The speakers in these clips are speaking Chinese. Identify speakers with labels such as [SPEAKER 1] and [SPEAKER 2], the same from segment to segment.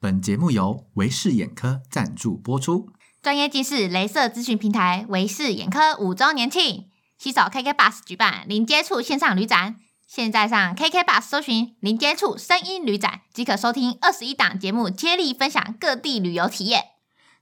[SPEAKER 1] 本节目由维视眼科赞助播出。
[SPEAKER 2] 专业技士镭射咨询平台维视眼科五周年庆，西首 KK Bus 举办零接触线上旅展，现在上 KK Bus 搜寻“零接触声音旅展”，即可收听二十一档节目，接力分享各地旅游体验。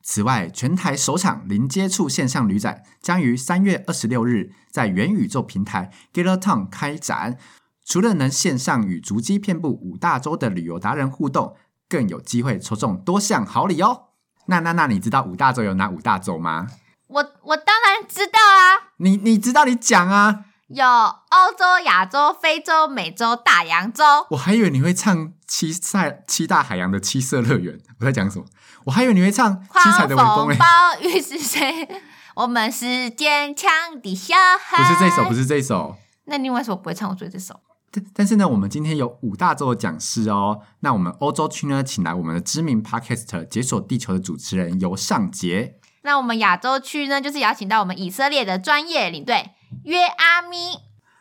[SPEAKER 1] 此外，全台首场零接触线上旅展将于三月二十六日在元宇宙平台 g a l e r t o w n 开展。除了能线上与足迹遍布五大洲的旅游达人互动，更有机会抽中多项好礼哦。那那那，你知道五大洲有哪五大洲吗？
[SPEAKER 2] 我我当然知道啊，
[SPEAKER 1] 你你知道你讲啊，
[SPEAKER 2] 有欧洲、亚洲、非洲、美洲、大洋洲。
[SPEAKER 1] 我还以为你会唱七塞七大海洋的七色乐园。我在讲什么？我还以为你会唱七彩
[SPEAKER 2] 狂
[SPEAKER 1] 的微风欸
[SPEAKER 2] 风
[SPEAKER 1] 嘞。
[SPEAKER 2] 暴雨是谁？我们是坚强的小孩。
[SPEAKER 1] 不是这首，不。是这首。
[SPEAKER 2] 那你为什么不会唱我最这首？
[SPEAKER 1] 但但是呢，我们今天有五大洲的讲师哦。那我们欧洲区呢，请来我们的知名 podcast 解锁地球的主持人尤尚杰。
[SPEAKER 2] 那我们亚洲区呢，就是邀请到我们以色列的专业领队约阿咪。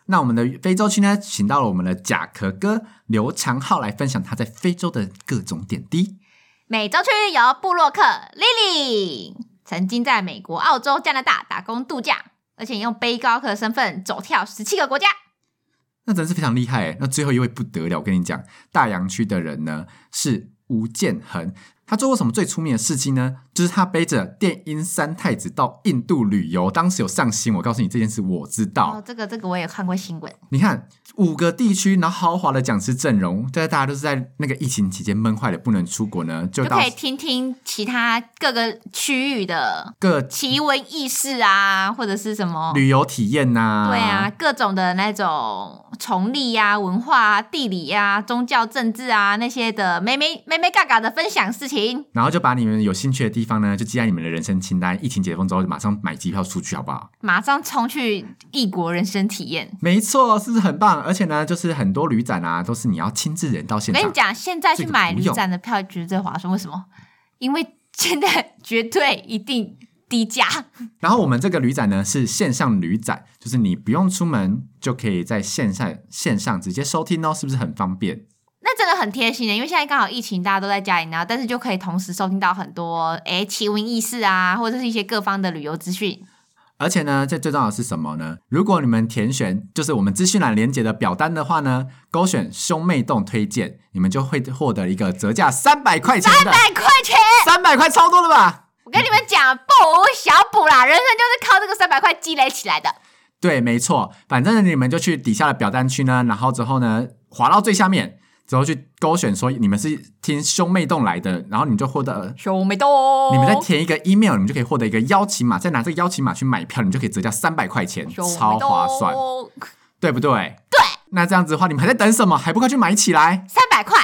[SPEAKER 1] 那我们的非洲区呢，请到了我们的甲壳哥刘长浩来分享他在非洲的各种点滴。
[SPEAKER 2] 美洲区由布洛克 Lily，曾经在美国、澳洲、加拿大打工度假，而且用背包客身份走跳十七个国家。
[SPEAKER 1] 那真是非常厉害欸诶。那最后一位不得了，我跟你讲，大洋区的人呢是吴建衡。他做过什么最出名的事情呢？就是他背着电音三太子到印度旅游，当时有上新闻。我告诉你这件事，我知道。
[SPEAKER 2] 哦，这个这个我也看过新闻。
[SPEAKER 1] 你看五个地区，然后豪华的讲师阵容，大家大家都是在那个疫情期间闷坏了，不能出国呢，就
[SPEAKER 2] 就
[SPEAKER 1] 到
[SPEAKER 2] 可以听听其他各个区域的
[SPEAKER 1] 各
[SPEAKER 2] 奇闻异事啊，或者是什么。
[SPEAKER 1] 旅游体验呐、
[SPEAKER 2] 对啊，，各种的那种崇历啊、文化啊、地理啊、宗教、政治啊那些的，妹妹妹妹嘎嘎的分享事情。
[SPEAKER 1] 然后就把你们有兴趣的地方呢，就记在你们的人生清单。疫情解封之后，马上买机票出去，好不好？
[SPEAKER 2] 马上冲去异国人生体验。
[SPEAKER 1] 没错，是不是很棒？而且呢，就是很多旅展啊，都是你要亲自人到现
[SPEAKER 2] 我跟
[SPEAKER 1] 场
[SPEAKER 2] 你。讲，现在去买
[SPEAKER 1] 这个
[SPEAKER 2] 旅
[SPEAKER 1] 不用
[SPEAKER 2] 展的票绝对最划算，为什么？因为现在绝对一定低价，
[SPEAKER 1] 然后我们这个旅展呢是线上旅展，就是你不用出门就可以在线上线上直接收听哦，是不是很方便？
[SPEAKER 2] 那真的很贴心的，因为现在刚好疫情，大家都在家里呢，但是就可以同时收听到很多诶奇闻异事啊，或者是一些各方的旅游资讯。
[SPEAKER 1] 而且呢，这最重要的是什么呢？如果你们填选就是我们资讯栏连接的表单的话呢，勾选兄妹洞推荐，你们就会获得一个折价三百块钱的，
[SPEAKER 2] 百块钱，
[SPEAKER 1] 三百块超多了吧？
[SPEAKER 2] 我跟你们讲，不无小补啦，人生就是靠这个三百块积累起来的。
[SPEAKER 1] 对，没错，反正你们就去底下的表单区呢，然后之后呢，滑到最下面，之后去勾选说你们是听兄妹洞来的，然后你们就获得
[SPEAKER 2] 兄妹豆，
[SPEAKER 1] 你们再填一个 email，你们就可以获得一个邀请码，再拿这个邀请码去买票，你就可以折价三百块钱，
[SPEAKER 2] 兄妹
[SPEAKER 1] 超划
[SPEAKER 2] 豆
[SPEAKER 1] 算，对不对？对。那这样子的话，你们还在等什么？还不快去买起来！
[SPEAKER 2] 三百块。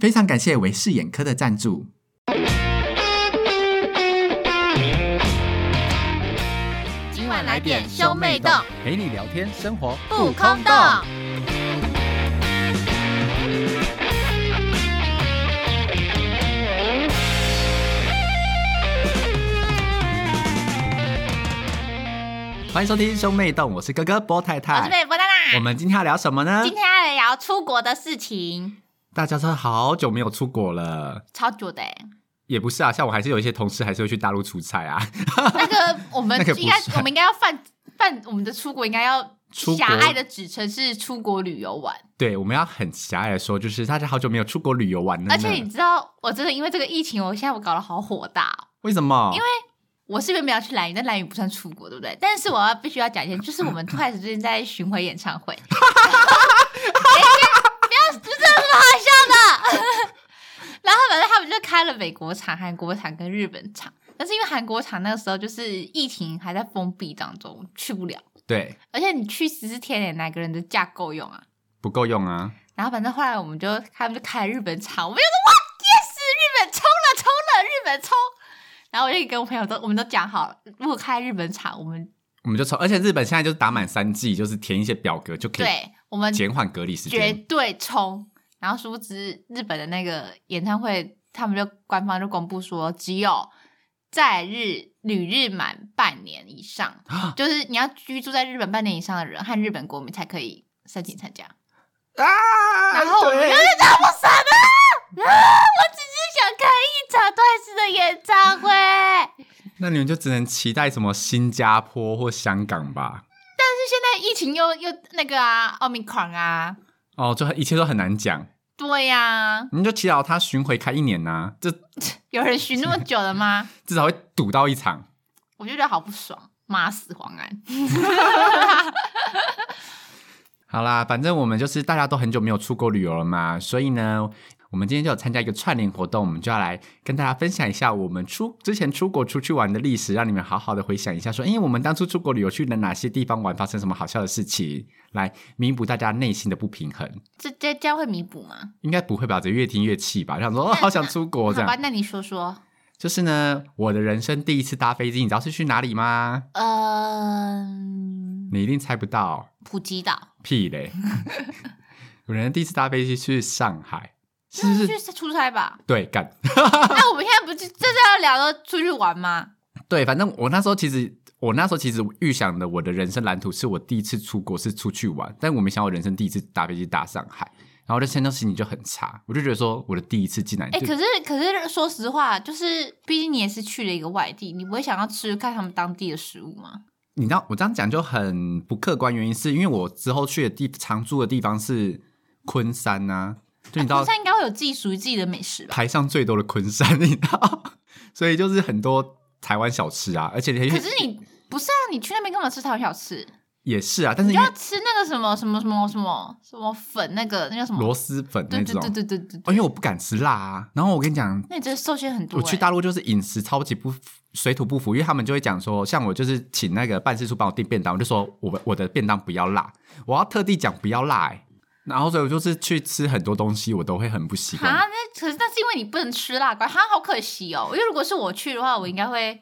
[SPEAKER 1] 非常感谢维视眼科的赞助。
[SPEAKER 2] 今晚来点兄妹洞，
[SPEAKER 1] 陪你聊天，生活
[SPEAKER 2] 不空洞。
[SPEAKER 1] 哎欢迎收听兄妹洞，我是哥哥波太
[SPEAKER 2] 我是
[SPEAKER 1] 太。
[SPEAKER 2] 贝波娜娜，
[SPEAKER 1] 我们今天要聊什么呢？
[SPEAKER 2] 今天要聊出国的事情，
[SPEAKER 1] 大家说好久没有出国了，
[SPEAKER 2] 超久 的、欸。
[SPEAKER 1] 也不是啊，像我还是有一些同事还是会去大陆出差啊。
[SPEAKER 2] 那个我们
[SPEAKER 1] 那个不
[SPEAKER 2] 应该
[SPEAKER 1] 算
[SPEAKER 2] 我们应该要犯犯我们的出国应该要
[SPEAKER 1] 出国
[SPEAKER 2] 狭隘的指称是出国旅游玩，
[SPEAKER 1] 对，我们要很狭隘的说，就是大家好久没有出国旅游玩了呢。
[SPEAKER 2] 而且你知道我真的因为这个疫情，我现在我搞得好火大哦、
[SPEAKER 1] 为什么？
[SPEAKER 2] 因为我是原本要去兰屿，但兰屿不算出国，对不对？但是我要必须要讲一件，就是我们 Twice 最近在巡回演唱会， 哎不要不是有什么好笑的。 然后反正他们就开了美国场、韩国场跟日本场，但是因为韩国场那个时候就是疫情还在封闭当中，去不了。
[SPEAKER 1] 对
[SPEAKER 2] 而且你去十四天欸，哪个人的假够用啊？
[SPEAKER 1] 不够用啊，
[SPEAKER 2] 然后反正后来我们就他们就开了日本场，我们就说哇，yes，日本冲了冲了，日本冲！然后我就跟我朋友都我们都讲好了，如果开日本场，我们
[SPEAKER 1] 我们就从，而且日本现在就是打满三季，就是填一些表格就可以
[SPEAKER 2] 对我们
[SPEAKER 1] 减缓隔离时
[SPEAKER 2] 绝
[SPEAKER 1] 间。
[SPEAKER 2] 对冲。然后殊不知日本的那个演唱会，他们就官方就公布说，只有在日旅日满半年以上，
[SPEAKER 1] 啊
[SPEAKER 2] 就是你要居住在日本半年以上的人和日本国民才可以申请参加。
[SPEAKER 1] 啊，
[SPEAKER 2] 然后我们
[SPEAKER 1] 对
[SPEAKER 2] 就是这么傻的啊！我只是想
[SPEAKER 1] 你们就只能期待什么新加坡或香港吧？
[SPEAKER 2] 但是现在疫情又又那个啊，奥密克戎啊，
[SPEAKER 1] 哦，就很一切都很难讲。
[SPEAKER 2] 对呀、
[SPEAKER 1] 你们就祈祷他巡回开一年呐、这
[SPEAKER 2] 有人巡那么久了吗？
[SPEAKER 1] 至少会赌到一场。
[SPEAKER 2] 我就觉得好不爽，骂死黄安。
[SPEAKER 1] 好啦，反正我们就是大家都很久没有出国旅游了嘛，所以呢，我们今天就有参加一个串联活动，我们就要来跟大家分享一下我们出之前出国出去玩的历史，让你们好好的回想一下说，因为我们当初出国旅游去了哪些地方玩，发生什么好笑的事情，来弥补大家内心的不平衡。
[SPEAKER 2] 这这这样会弥补吗？
[SPEAKER 1] 应该不会吧？只越听越气吧？想说哦，好想出 国这
[SPEAKER 2] 好吧，
[SPEAKER 1] 样。
[SPEAKER 2] 那你说说。
[SPEAKER 1] 就是呢，我的人生第一次搭飞机，你知道是去哪里吗？
[SPEAKER 2] 嗯、
[SPEAKER 1] 你一定猜不到，
[SPEAKER 2] 普吉岛
[SPEAKER 1] 屁 嘞！我人生第一次搭飞机去上海，是不是？
[SPEAKER 2] 去出差吧？
[SPEAKER 1] 对，干。
[SPEAKER 2] 那我们现在不是就是要聊到出去玩吗？
[SPEAKER 1] 对，反正我那时候其实，我那时候其实预想的我的人生蓝图是我第一次出国是出去玩，但我没想到我人生第一次搭飞机搭上海，然后这签证心情就很差，我就觉得说我的第一次竟然
[SPEAKER 2] 哎、
[SPEAKER 1] 就
[SPEAKER 2] 可是可是说实话，就是毕竟你也是去了一个外地，你不会想要吃看他们当地的食物吗？
[SPEAKER 1] 你知道我这样讲就很不客观，原因是因为我之后去的地常住的地方是昆山呐、就你知道
[SPEAKER 2] 那啊应该会有自己属于自己的美食吧？
[SPEAKER 1] 台上最多的昆山，你知道，所以就是很多台湾小吃啊，而且
[SPEAKER 2] 可是你不是啊，你去那边干嘛吃台湾小吃？
[SPEAKER 1] 也是啊，但是
[SPEAKER 2] 你
[SPEAKER 1] 因
[SPEAKER 2] 就
[SPEAKER 1] 为
[SPEAKER 2] 要吃那个什么什么什么什么什么粉，那个那叫什么
[SPEAKER 1] 螺？蛳粉那
[SPEAKER 2] 对对
[SPEAKER 1] 种，
[SPEAKER 2] 对对对对。
[SPEAKER 1] 哦，因为我不敢吃辣啊，然后我跟你讲，
[SPEAKER 2] 那你真的受限很多、
[SPEAKER 1] 我去
[SPEAKER 2] 欸
[SPEAKER 1] 大陆就是饮食超级不水土不服，因为他们就会讲说，像我就是请那个办事处帮我订便当，我就说我我的便当不要辣，我要特地讲不要辣、欸，然后所以我就是去吃很多东西，我都会很不习惯。
[SPEAKER 2] 啊，那可是那是因为你不能吃辣瓜，哈，好可惜哦。因为如果是我去的话，我应该会，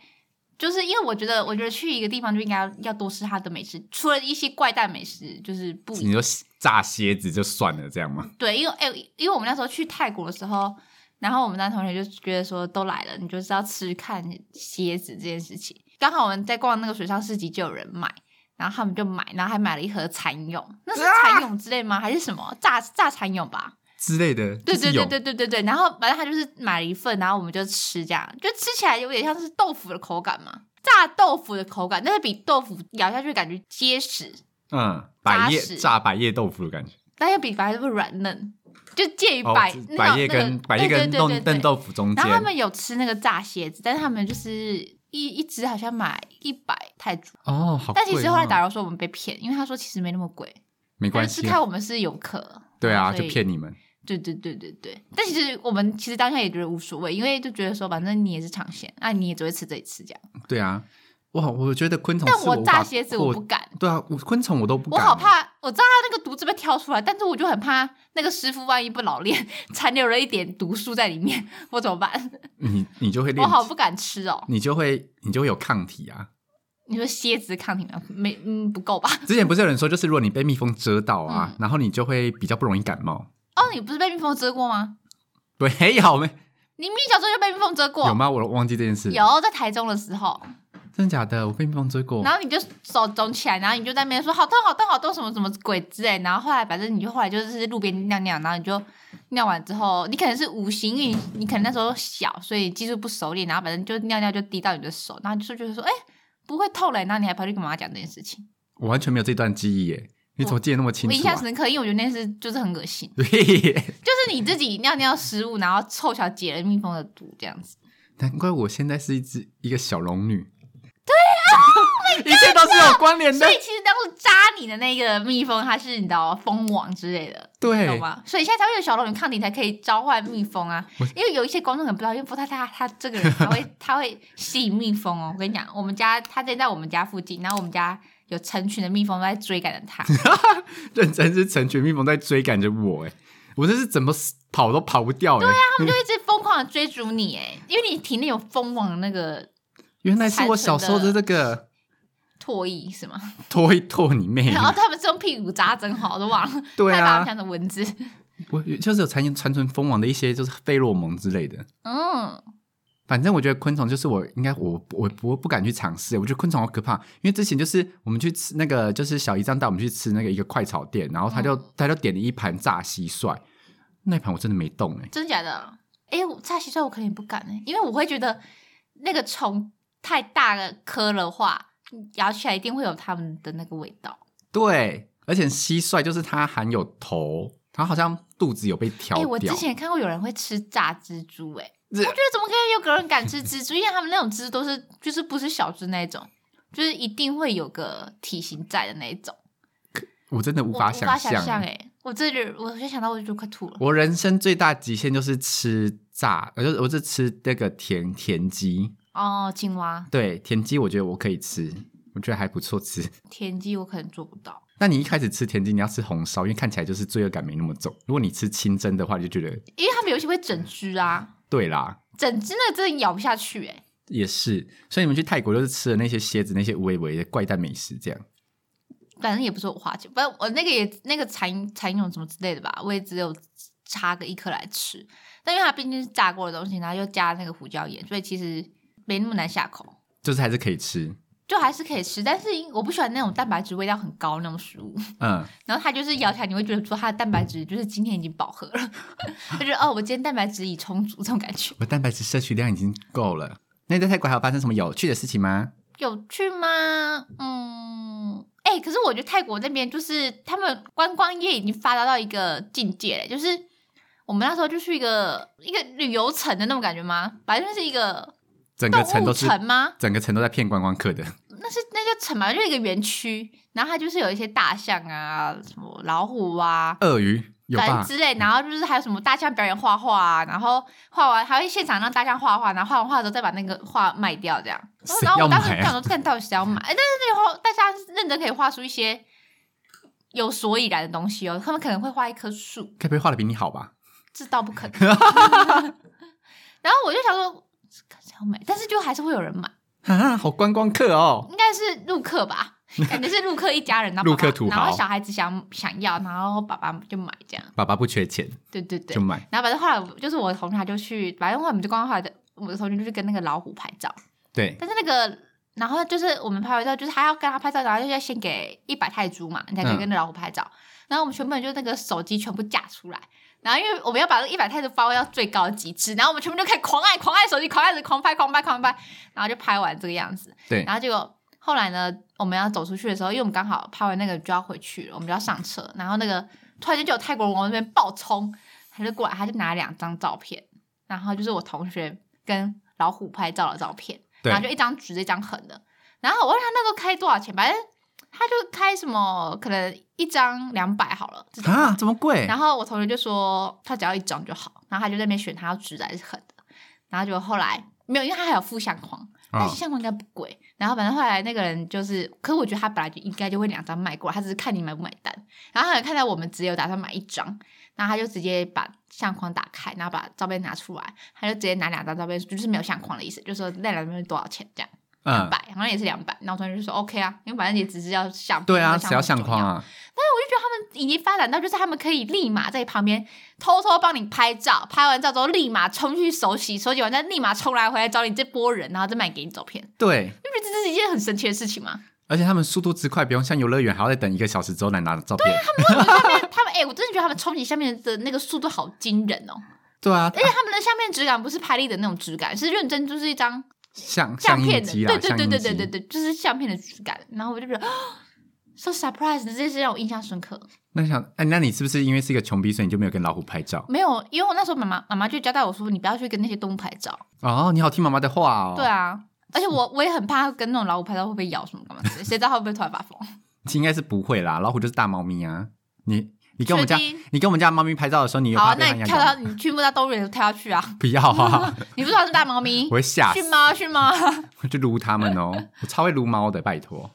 [SPEAKER 2] 就是因为我觉得，我觉得去一个地方就应该要要多吃它的美食，除了一些怪诞美食，就是不一
[SPEAKER 1] 你就炸蝎子就算了，这样吗？
[SPEAKER 2] 对，因为哎、因为我们那时候去泰国的时候，然后我们班同学就觉得说，都来了，你就是要吃看蝎子这件事情。刚好我们在逛那个水上市集，就有人买，然后他们就买，然后还买了一盒蚕蛹，那是蚕蛹之类吗？还是什么炸炸蚕蛹吧？
[SPEAKER 1] 之类的，
[SPEAKER 2] 对
[SPEAKER 1] 就是
[SPEAKER 2] 对
[SPEAKER 1] 有
[SPEAKER 2] 对对对对对。然后反正他就是买了一份，然后我们就吃，这样就吃起来有点像是豆腐的口感嘛，炸豆腐的口感，但是比豆腐咬下去感觉结实，
[SPEAKER 1] 嗯，百叶
[SPEAKER 2] 扎实
[SPEAKER 1] 炸百叶豆腐的感觉，
[SPEAKER 2] 但又比白豆腐软嫩，就介于
[SPEAKER 1] 哦
[SPEAKER 2] 哎百、，
[SPEAKER 1] 这
[SPEAKER 2] 那
[SPEAKER 1] 百
[SPEAKER 2] 种
[SPEAKER 1] 叶
[SPEAKER 2] 那个
[SPEAKER 1] 跟百叶跟
[SPEAKER 2] 对对对
[SPEAKER 1] 嫩
[SPEAKER 2] 对
[SPEAKER 1] 嫩
[SPEAKER 2] 对
[SPEAKER 1] 豆腐中
[SPEAKER 2] 然后他
[SPEAKER 1] 间，
[SPEAKER 2] 们有吃那个炸蝎子，但是他们就是一一只好像买一百泰铢，
[SPEAKER 1] 哦，好
[SPEAKER 2] 但其
[SPEAKER 1] 贵
[SPEAKER 2] 实后来
[SPEAKER 1] 哦
[SPEAKER 2] 打扰说我们被骗，因为他说其实没那么贵，
[SPEAKER 1] 没
[SPEAKER 2] 他
[SPEAKER 1] 关
[SPEAKER 2] 就是
[SPEAKER 1] 系
[SPEAKER 2] 看
[SPEAKER 1] 啊，
[SPEAKER 2] 我们是游客，
[SPEAKER 1] 对啊，
[SPEAKER 2] 所
[SPEAKER 1] 就
[SPEAKER 2] 以
[SPEAKER 1] 骗你们。
[SPEAKER 2] 对对对对对，但其实我们其实当下也觉得无所谓，因为就觉得说反正你也是尝鲜，啊你也只会吃这一次这样。
[SPEAKER 1] 对啊，哇，我觉得昆虫
[SPEAKER 2] 但
[SPEAKER 1] 哦是
[SPEAKER 2] 我
[SPEAKER 1] 无
[SPEAKER 2] 炸
[SPEAKER 1] 法
[SPEAKER 2] 蝎子
[SPEAKER 1] 过
[SPEAKER 2] 我不敢，
[SPEAKER 1] 对啊，我昆虫我都不
[SPEAKER 2] 我
[SPEAKER 1] 敢。
[SPEAKER 2] 好。怕，我知道它那个毒汁被挑出来，但是我就很怕那个师傅万一不老练，残留了一点毒素在里面，我怎么办？
[SPEAKER 1] 你你就会
[SPEAKER 2] 我
[SPEAKER 1] 练，
[SPEAKER 2] 好不敢吃哦。
[SPEAKER 1] 你就会你就会有抗体啊。
[SPEAKER 2] 你说蝎子抗体吗？没，嗯，不够吧？
[SPEAKER 1] 之前不是有人说，就是如果你被蜜蜂蛰到啊，
[SPEAKER 2] 嗯
[SPEAKER 1] 然后你就会比较不容易感冒。
[SPEAKER 2] 哦，你不是被蜜蜂蛰过吗？
[SPEAKER 1] 对，哎有没
[SPEAKER 2] 你蜜小时候就被蜜蜂蛰过？
[SPEAKER 1] 有吗？我忘记这件事。
[SPEAKER 2] 有在台中的时候，
[SPEAKER 1] 真的假的？我被蜜蜂追过
[SPEAKER 2] 然。后你就手肿起来，然后你就在那边说好痛好痛好痛什么什么鬼之类，然后后来反正你就后来就是路边尿尿，然后你就尿完之后，你可能是无形，因为你你可能那时候小，所以技术不熟练，然后反正就尿尿就滴到你的手，然后就就是说哎、不会痛嘞，然后你还跑去跟妈妈讲这件事情，
[SPEAKER 1] 我完全没有这段记忆耶。你怎么记得那么清
[SPEAKER 2] 我印
[SPEAKER 1] 楚
[SPEAKER 2] 象
[SPEAKER 1] 啊？
[SPEAKER 2] 深刻，因为我觉得那次就是很恶心，
[SPEAKER 1] 对，
[SPEAKER 2] 就是你自己尿尿失误，然后凑巧解了蜜蜂的毒这样子。
[SPEAKER 1] 难怪我现在是一只一个小龙女。对啊，一切都是有关联的
[SPEAKER 2] ！Oh 所。以其实当初扎你的那个蜜蜂，它是你知道蜂王之类的，懂
[SPEAKER 1] 对，
[SPEAKER 2] 吗？所以现在才会有小龙女抗体才可以召唤蜜蜂啊
[SPEAKER 1] 哎我。
[SPEAKER 2] 因为有一些观众可能不知道，因为不他他他这个人他 会他会吸引蜜蜂哦。我跟你讲，我们家他正在我们家附近，然后我们家有成群的蜜蜂都在追赶着 他。
[SPEAKER 1] 认真是成群蜜蜂在追赶着我哎，我这是怎么跑都跑不掉哎。对啊，
[SPEAKER 2] 他们就一直疯狂的追逐你，哎，因为你体内有蜂王的那个
[SPEAKER 1] 原来是我小时候的这个
[SPEAKER 2] 唾液是 吗？
[SPEAKER 1] 拖一拖你 妹
[SPEAKER 2] 然！后他们是用屁股扎针好，我都忘了。
[SPEAKER 1] 对
[SPEAKER 2] 他把他们
[SPEAKER 1] 啊，
[SPEAKER 2] 想成蚊子。
[SPEAKER 1] 我就是有传传传蜂王的一些就是费洛蒙之类的。
[SPEAKER 2] 嗯，
[SPEAKER 1] 反正我觉得昆虫就是我应该我我我不敢去尝试，我觉得昆虫好可怕。因为之前就是我们去吃那个，就是小姨丈带我们去吃那个一个快炒店，然后他就、
[SPEAKER 2] 嗯
[SPEAKER 1] 他就点了一盘炸蟋蟀，那一盘我真的没动哎、
[SPEAKER 2] 真假的？哎、我炸蟋蟀我可能也不敢哎、因为我会觉得那个虫太大的颗的话，咬起来一定会有它们的那个味道。
[SPEAKER 1] 对，而且蟋蟀就是它含有头，它好像肚子有被挑
[SPEAKER 2] 哎、
[SPEAKER 1] 掉。
[SPEAKER 2] 我之前看过有人会吃炸蜘蛛、哎，
[SPEAKER 1] 这
[SPEAKER 2] 我觉得怎么可以有个人敢吃蜘蛛？因为他们那种蜘蛛都是就是不是小只那种，就是一定会有个体型在的那一种，
[SPEAKER 1] 我真的无
[SPEAKER 2] 我
[SPEAKER 1] 法
[SPEAKER 2] 无
[SPEAKER 1] 想
[SPEAKER 2] 法
[SPEAKER 1] 象欸
[SPEAKER 2] 想象哎、我这觉得我就想到我就快吐了。
[SPEAKER 1] 我人生最大极限就是吃炸，我就我是吃那个田田鸡，
[SPEAKER 2] 哦，青蛙、
[SPEAKER 1] 对田鸡，我觉得我可以吃，我觉得还不错吃。
[SPEAKER 2] 田鸡我可能做不到，
[SPEAKER 1] 那你一开始吃田鸡，你要吃红烧，因为看起来就是罪恶感没那么重。如果你吃清蒸的话，你就觉得
[SPEAKER 2] 因为他们有些会整只啊，
[SPEAKER 1] 对啦，
[SPEAKER 2] 整只那个真的咬不下去哎、
[SPEAKER 1] 也是。所以你们去泰国就是吃了那些蝎子、那些微微的怪诞美食，这样
[SPEAKER 2] 反正也不是我花钱，反正我那个也那个蚕蚕蛹什么之类的吧，我也只有插个一颗来吃。但因为它毕竟是炸过的东西，然后又加那个胡椒盐，所以其实没那么难下口，
[SPEAKER 1] 就是还是可以吃。
[SPEAKER 2] 就还是可以吃。但是因我不喜欢那种蛋白质味道很高的那种食物，
[SPEAKER 1] 嗯，
[SPEAKER 2] 然后它就是咬起来你会觉得说它的蛋白质就是今天已经饱和了， 就觉得哦我今天蛋白质已充足这种感觉。
[SPEAKER 1] 我蛋白质摄取量已经够了。那你在泰国还有发生什么有趣的事情吗？
[SPEAKER 2] 有趣吗？嗯，哎、可是我觉得泰国那边就是他们观光业已经发达到一个境界了，就是我们那时候就去一个一个旅游城的那种感觉吗？反正就是一个
[SPEAKER 1] 整个城
[SPEAKER 2] 动
[SPEAKER 1] 都
[SPEAKER 2] 物
[SPEAKER 1] 是
[SPEAKER 2] 城吗？
[SPEAKER 1] 整个城都在骗观光客的。
[SPEAKER 2] 那是那叫城嘛，就是一个园区，然后它就是有一些大象啊、什么老虎啊，
[SPEAKER 1] 鳄鱼有
[SPEAKER 2] 反正
[SPEAKER 1] 吧？
[SPEAKER 2] 之类，然后就是还有什么大象表演画画啊，然后画完还会现场让大象画画，然后画完画之后再把那个画卖掉，这样
[SPEAKER 1] 谁。
[SPEAKER 2] 然后
[SPEAKER 1] 要
[SPEAKER 2] 我当时
[SPEAKER 1] 买啊
[SPEAKER 2] 想说，看到底谁要买？哎但是那个画大家认真可以画出一些有所以然的东西哦，他们可能会画一棵树，
[SPEAKER 1] 该不会画的比你好吧？
[SPEAKER 2] 这倒不可 能。然后我就想说，看谁要买？但是就还是会有人买，
[SPEAKER 1] 啊，好观光客哦！
[SPEAKER 2] 应该是陆客吧。感觉是陆客一家人，然后爸爸
[SPEAKER 1] 陆客土豪
[SPEAKER 2] 然后小孩子想想要，然后爸爸就买这样，
[SPEAKER 1] 爸爸不缺钱，
[SPEAKER 2] 对对对
[SPEAKER 1] 就，买。
[SPEAKER 2] 然后反正后来我就是我的同学他就去，反正后来我们就光后来的我的同学就去跟那个老虎拍照，
[SPEAKER 1] 对，
[SPEAKER 2] 但是那个然后就是我们拍完照，就是他要跟他拍照，然后就要先给一百泰铢嘛，你才可以
[SPEAKER 1] 嗯
[SPEAKER 2] 跟那老虎拍照。然后我们全部人就那个手机全部架出来，然后因为我们要把那个一百泰铢发挥到最高极致，然后我们全部就开始狂按狂按手机，狂按狂拍狂拍狂拍，然后就拍完这个样子。
[SPEAKER 1] 对
[SPEAKER 2] 然后结果后来呢，我们要走出去的时候，因为我们刚好拍完那个就要回去了，我们就要上车，然后那个突然间就有泰国人往那边暴冲，他就过来，他就拿两张照片，然后就是我同学跟老虎拍照的照片，
[SPEAKER 1] 对
[SPEAKER 2] 然后就一张直的，一张横的，然后我问他那时候开多少钱，反正他就开什么可能一张两百好了这种。
[SPEAKER 1] 啊，这么贵？
[SPEAKER 2] 然后我同学就说他只要一张就好，然后他就在那边选他要直的还是横的，然后就后来没有，因为他还有附相框，但
[SPEAKER 1] 啊
[SPEAKER 2] 是，相框应该不贵。然后反正后来那个人就是，可是我觉得他本来就应该就会两张卖过来，他只是看你买不买单。然后他有看到我们只有打算买一张，然后他就直接把相框打开，然后把照片拿出来，他就直接拿两张照片，就是没有相框的意思，就说那两张照片多少钱这样，两
[SPEAKER 1] 嗯
[SPEAKER 2] 百、，好像也是两百。然后我同学就说 OK 啊，因为反正也只是要相，
[SPEAKER 1] 对啊，
[SPEAKER 2] 那
[SPEAKER 1] 谁要相
[SPEAKER 2] 不重
[SPEAKER 1] 框啊？
[SPEAKER 2] 我就觉得他们已经发展到，就是他们可以立马在旁边偷偷帮你拍照，拍完照之后立马冲去手洗，手洗完再立马冲来回来找你这波人，然后再卖给你照片。
[SPEAKER 1] 对，
[SPEAKER 2] 你不觉得这是一件很神奇的事情吗？
[SPEAKER 1] 而且他们速度之快，不用像游乐园还要再等一个小时之后来拿照片。
[SPEAKER 2] 下面他们哎、我真的觉得他们冲击下面的那个速度好惊人哦！
[SPEAKER 1] 对啊，
[SPEAKER 2] 而且他们的下面质感不是拍立的那种质感，是认真就是一张
[SPEAKER 1] 相
[SPEAKER 2] 相
[SPEAKER 1] 印
[SPEAKER 2] 片的，
[SPEAKER 1] 机
[SPEAKER 2] 对
[SPEAKER 1] 啦，
[SPEAKER 2] 对
[SPEAKER 1] 相
[SPEAKER 2] 对对
[SPEAKER 1] 印
[SPEAKER 2] 对对
[SPEAKER 1] 机。
[SPEAKER 2] 对，就是相片的质感。然后我就觉得。 啊 So surprised，这件事让我印象深刻。
[SPEAKER 1] 那想，哎，那你是不是因为是一个穷逼，所以你就没有跟老虎拍照？
[SPEAKER 2] 没有，因为我那时候妈妈妈妈就交代我说，你不要去跟那些动物拍照。
[SPEAKER 1] 哦，你好听妈妈的话哦。
[SPEAKER 2] 对，啊，而且我我也很怕跟那种老虎拍照会被咬什么干嘛之类，谁知道它会不会突然发疯？
[SPEAKER 1] 应该是不会啦，老虎就是大猫咪啊。你你跟我们家
[SPEAKER 2] 确定
[SPEAKER 1] 你跟我们家猫咪拍照的时候，你有
[SPEAKER 2] 好
[SPEAKER 1] 怕，
[SPEAKER 2] 啊
[SPEAKER 1] 被它咬
[SPEAKER 2] 那你跳
[SPEAKER 1] 吗
[SPEAKER 2] 到你去木栅动物园跳下去啊！
[SPEAKER 1] 不要啊，
[SPEAKER 2] 你不知道是大猫咪
[SPEAKER 1] 我？会吓死
[SPEAKER 2] 去。吗？去吗？
[SPEAKER 1] 我 就撸它们哦，我超会撸猫的，拜托。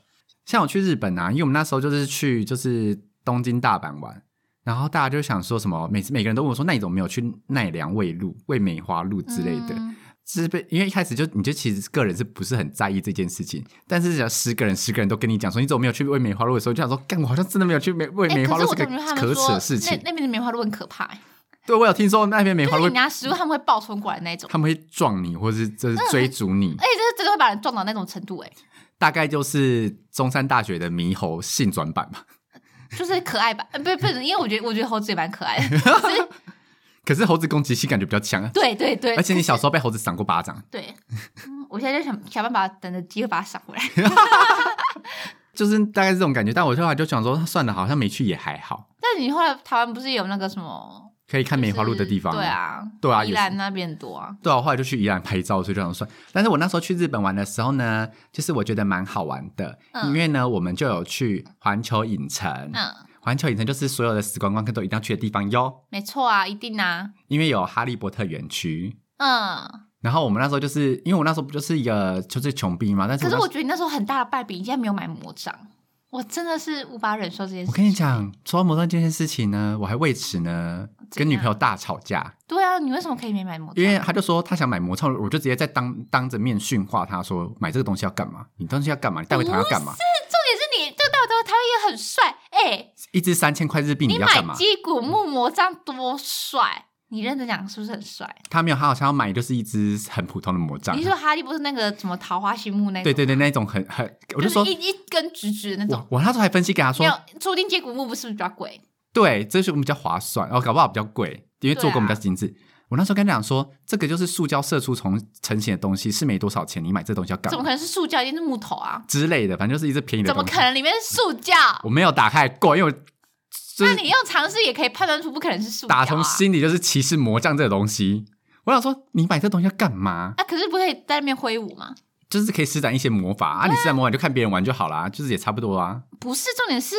[SPEAKER 1] 像我去日本啊，因为我们那时候就是去就是东京、大阪玩，然后大家就想说什么，每次每个人都问我说，那你怎么没有去奈良卫路、为梅花鹿之类的？
[SPEAKER 2] 嗯
[SPEAKER 1] 是被因为一开始就你就其实个人是不是很在意这件事情，但是只要十个人十个人都跟你讲说你怎么没有去喂梅花鹿的时候，就想说，干我好像真的没有去梅喂
[SPEAKER 2] 哎、
[SPEAKER 1] 梅花
[SPEAKER 2] 可是
[SPEAKER 1] 鹿
[SPEAKER 2] 我
[SPEAKER 1] 这个
[SPEAKER 2] 同学他
[SPEAKER 1] 可
[SPEAKER 2] 们
[SPEAKER 1] 耻
[SPEAKER 2] 说
[SPEAKER 1] 的事情。
[SPEAKER 2] 那那边的梅花鹿很可怕、欸，
[SPEAKER 1] 对我有听说那边梅花
[SPEAKER 2] 就是
[SPEAKER 1] 鹿
[SPEAKER 2] 你拿食物他们会暴冲过来那嗯种，
[SPEAKER 1] 他们会撞你，或是就是追逐你，
[SPEAKER 2] 而且这是真的会把人撞到那种程度、欸，
[SPEAKER 1] 大概就是中山大学的猕猴性转版吧。
[SPEAKER 2] 就是可爱吧？呃不不是，因为我觉得我觉得猴子也蛮可爱的， 可是
[SPEAKER 1] 可是猴子攻击性感觉比较强啊，
[SPEAKER 2] 对对对，
[SPEAKER 1] 而且你小时候被猴子赏过巴掌，
[SPEAKER 2] 对，嗯我现在就想想办法等着机会把它赏回来。
[SPEAKER 1] 就是大概这种感觉。但我后来就想说，算了，好像没去也还好，
[SPEAKER 2] 但你后来台湾不是有那个什么
[SPEAKER 1] 可以看梅花鹿的地方。
[SPEAKER 2] 就是对，啊，
[SPEAKER 1] 对啊
[SPEAKER 2] 宜
[SPEAKER 1] 也是
[SPEAKER 2] 兰那边很多啊。
[SPEAKER 1] 对啊，我后来就去宜兰拍照，所以就想算。但是我那时候去日本玩的时候呢，就是我觉得蛮好玩的，
[SPEAKER 2] 嗯
[SPEAKER 1] 因为呢，我们就有去环球影城。
[SPEAKER 2] 嗯，
[SPEAKER 1] 环球影城就是所有的时光观光客都一定要去的地方哟，
[SPEAKER 2] 没错啊，一定啊。
[SPEAKER 1] 因为有哈利波特园区。
[SPEAKER 2] 嗯，
[SPEAKER 1] 然后我们那时候就是因为我那时候不就是一个就是穷逼嘛，但是我那时
[SPEAKER 2] 可是
[SPEAKER 1] 候
[SPEAKER 2] 我觉得你那时候很大的败笔，你竟然没有买魔杖，我真的是无法忍受这件事。
[SPEAKER 1] 我跟你，讲，说到魔杖这件事情呢，我还为此呢
[SPEAKER 2] 哦怎
[SPEAKER 1] 跟女
[SPEAKER 2] 样
[SPEAKER 1] 朋友大吵架，
[SPEAKER 2] 对啊，你为什么可以没买魔杖？
[SPEAKER 1] 因为她就说她想买魔杖，我就直接在当当着面训话她说买这个东西要干嘛？你东西要干嘛？你带回台湾要干嘛？
[SPEAKER 2] 重点是你这个大头他也很帅，哎、
[SPEAKER 1] 一支三千块日币
[SPEAKER 2] 你
[SPEAKER 1] 要干
[SPEAKER 2] 买
[SPEAKER 1] 嘛？
[SPEAKER 2] 击鼓木魔杖多帅！你认真讲是不是很帅？
[SPEAKER 1] 她没有，她好像要买就是一支很普通的魔杖
[SPEAKER 2] 你，是说哈利波特那个什么桃花心木那
[SPEAKER 1] 对
[SPEAKER 2] 种？
[SPEAKER 1] 对对，那种很很，我就
[SPEAKER 2] 就
[SPEAKER 1] 是说
[SPEAKER 2] 一一根直直的那种。
[SPEAKER 1] 我我那时候还分析给她
[SPEAKER 2] 没
[SPEAKER 1] 说，
[SPEAKER 2] 有，说不定接骨木不是比较贵？
[SPEAKER 1] 对，这是我们比较划算，哦，搞不好比较贵，因为做工比较精致。
[SPEAKER 2] 啊
[SPEAKER 1] 我那时候跟他讲说，这个就是塑胶射出从成型的东西，是没多少钱，你买这东西要干
[SPEAKER 2] 怎么
[SPEAKER 1] 嘛
[SPEAKER 2] 可能是塑胶？一定是木头啊！
[SPEAKER 1] 之类的，反正就是一只便宜的
[SPEAKER 2] 怎么
[SPEAKER 1] 东西。
[SPEAKER 2] 可能里面是塑胶？
[SPEAKER 1] 我没有打开过，因为我就
[SPEAKER 2] 那
[SPEAKER 1] 是
[SPEAKER 2] 你用常识也可以判断出不可能是塑胶、啊。
[SPEAKER 1] 打从心里就是歧视魔杖这个东西。我想说，你买这东西要干嘛？
[SPEAKER 2] 啊，可是不可以在那边挥舞吗？
[SPEAKER 1] 就是可以施展一些魔法啊！你施展魔法你就看别人玩就好啦，就是也差不多啊。
[SPEAKER 2] 不是，重点是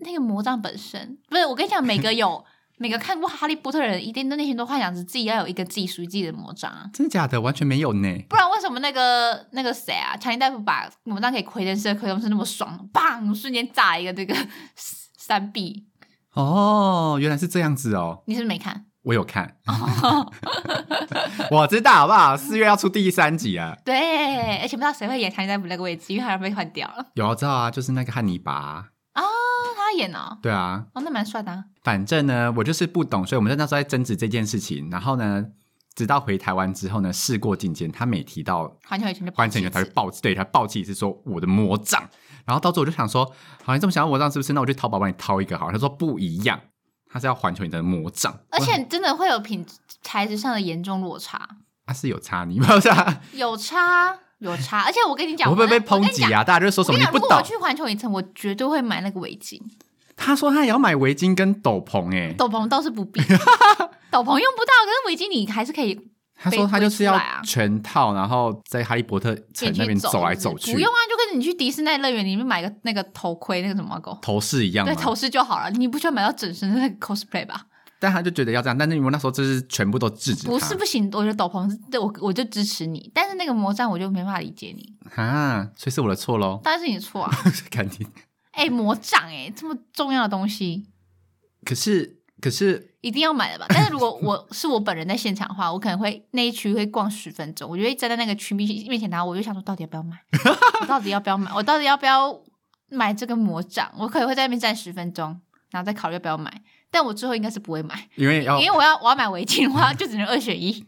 [SPEAKER 2] 那个魔杖本身。不是，我跟你讲，每个有每个看过《哈利波特》的人，一定都内心都幻想着自己要有一个自己属于自己的魔杖啊。
[SPEAKER 1] 真的假的？完全没有呢。
[SPEAKER 2] 不然为什么那个那个谁啊，强尼大夫把魔杖给奎登斯的奎登斯那么爽，砰，瞬间炸一个这个三 B？
[SPEAKER 1] 哦，原来是这样子哦。
[SPEAKER 2] 你是不是没看？
[SPEAKER 1] 我有 看，我知道好不好？四月要出第三集啊。
[SPEAKER 2] 对，而且不知道谁会演强尼大夫那个位置，因为他被换掉了。
[SPEAKER 1] 有我知道啊，就是那个汉尼拔。
[SPEAKER 2] 哦，他演哦，
[SPEAKER 1] 对啊，
[SPEAKER 2] 哦，那蛮帅的、啊。
[SPEAKER 1] 反正呢，我就是不懂，所以我们在那时候在争执这件事情。然后呢，直到回台湾之后呢，事过境迁，他每提到
[SPEAKER 2] 环球影城就
[SPEAKER 1] 关成员，他会暴气，对他暴气一次说我的魔杖。然后到最后我就想说，好，你这么想要魔杖是不是？那我去淘宝帮你掏一个好了。他说不一样，他是要环球你的魔杖，
[SPEAKER 2] 而
[SPEAKER 1] 我
[SPEAKER 2] 且真的会有品材质上的严重落差。
[SPEAKER 1] 他是有差你，不是、啊？
[SPEAKER 2] 有差有差，而且我跟你 讲，
[SPEAKER 1] 我会不会被
[SPEAKER 2] 我跟
[SPEAKER 1] 抨
[SPEAKER 2] 你
[SPEAKER 1] 击
[SPEAKER 2] 讲？
[SPEAKER 1] 啊？大家就会说
[SPEAKER 2] 我
[SPEAKER 1] 什
[SPEAKER 2] 跟
[SPEAKER 1] 么
[SPEAKER 2] 你
[SPEAKER 1] 你
[SPEAKER 2] 讲，
[SPEAKER 1] 不
[SPEAKER 2] 如果我
[SPEAKER 1] 懂？
[SPEAKER 2] 去环球影城，我绝对会买那个围巾，
[SPEAKER 1] 他说他也要买围巾跟斗篷、欸，哎，
[SPEAKER 2] 斗篷倒是不 必，斗篷用不到，可是围巾你还是可以
[SPEAKER 1] 他说他就是
[SPEAKER 2] 背
[SPEAKER 1] 要
[SPEAKER 2] 出来啊
[SPEAKER 1] 全套，然后在哈利波特城那边
[SPEAKER 2] 进去
[SPEAKER 1] 走来走
[SPEAKER 2] 是不是
[SPEAKER 1] 去，
[SPEAKER 2] 不用啊，就跟你去迪士尼乐园里面买个那个头盔，那个什么狗，
[SPEAKER 1] 头饰一样
[SPEAKER 2] 对，
[SPEAKER 1] 嘛。
[SPEAKER 2] 头饰就好了，你不需要买到整身的那个 cosplay 吧？
[SPEAKER 1] 但他就觉得要这样，但是我那时候就是全部都制止他。
[SPEAKER 2] 不是不行，我觉得斗篷是对我我就支持你，但是那个魔杖我就没办法理解你，，
[SPEAKER 1] 啊，所以是我的错喽
[SPEAKER 2] 当然是你的错啊！
[SPEAKER 1] 肯定。
[SPEAKER 2] 哎、魔杖哎、这么重要的东西。
[SPEAKER 1] 可是可是
[SPEAKER 2] 一定要买的吧。但是如果我是我本人在现场的话，我可能会那一区会逛十分钟，我就会站在那个区面面前，然后我就想说，到底要不要买？我到底要不要买？我到底要不要买这个魔杖？我可能会在那边站十分钟，然后再考虑要不要买。但我最后应该是不会买，
[SPEAKER 1] 因为要
[SPEAKER 2] 因为我要我要买围巾的话，就只能二选一。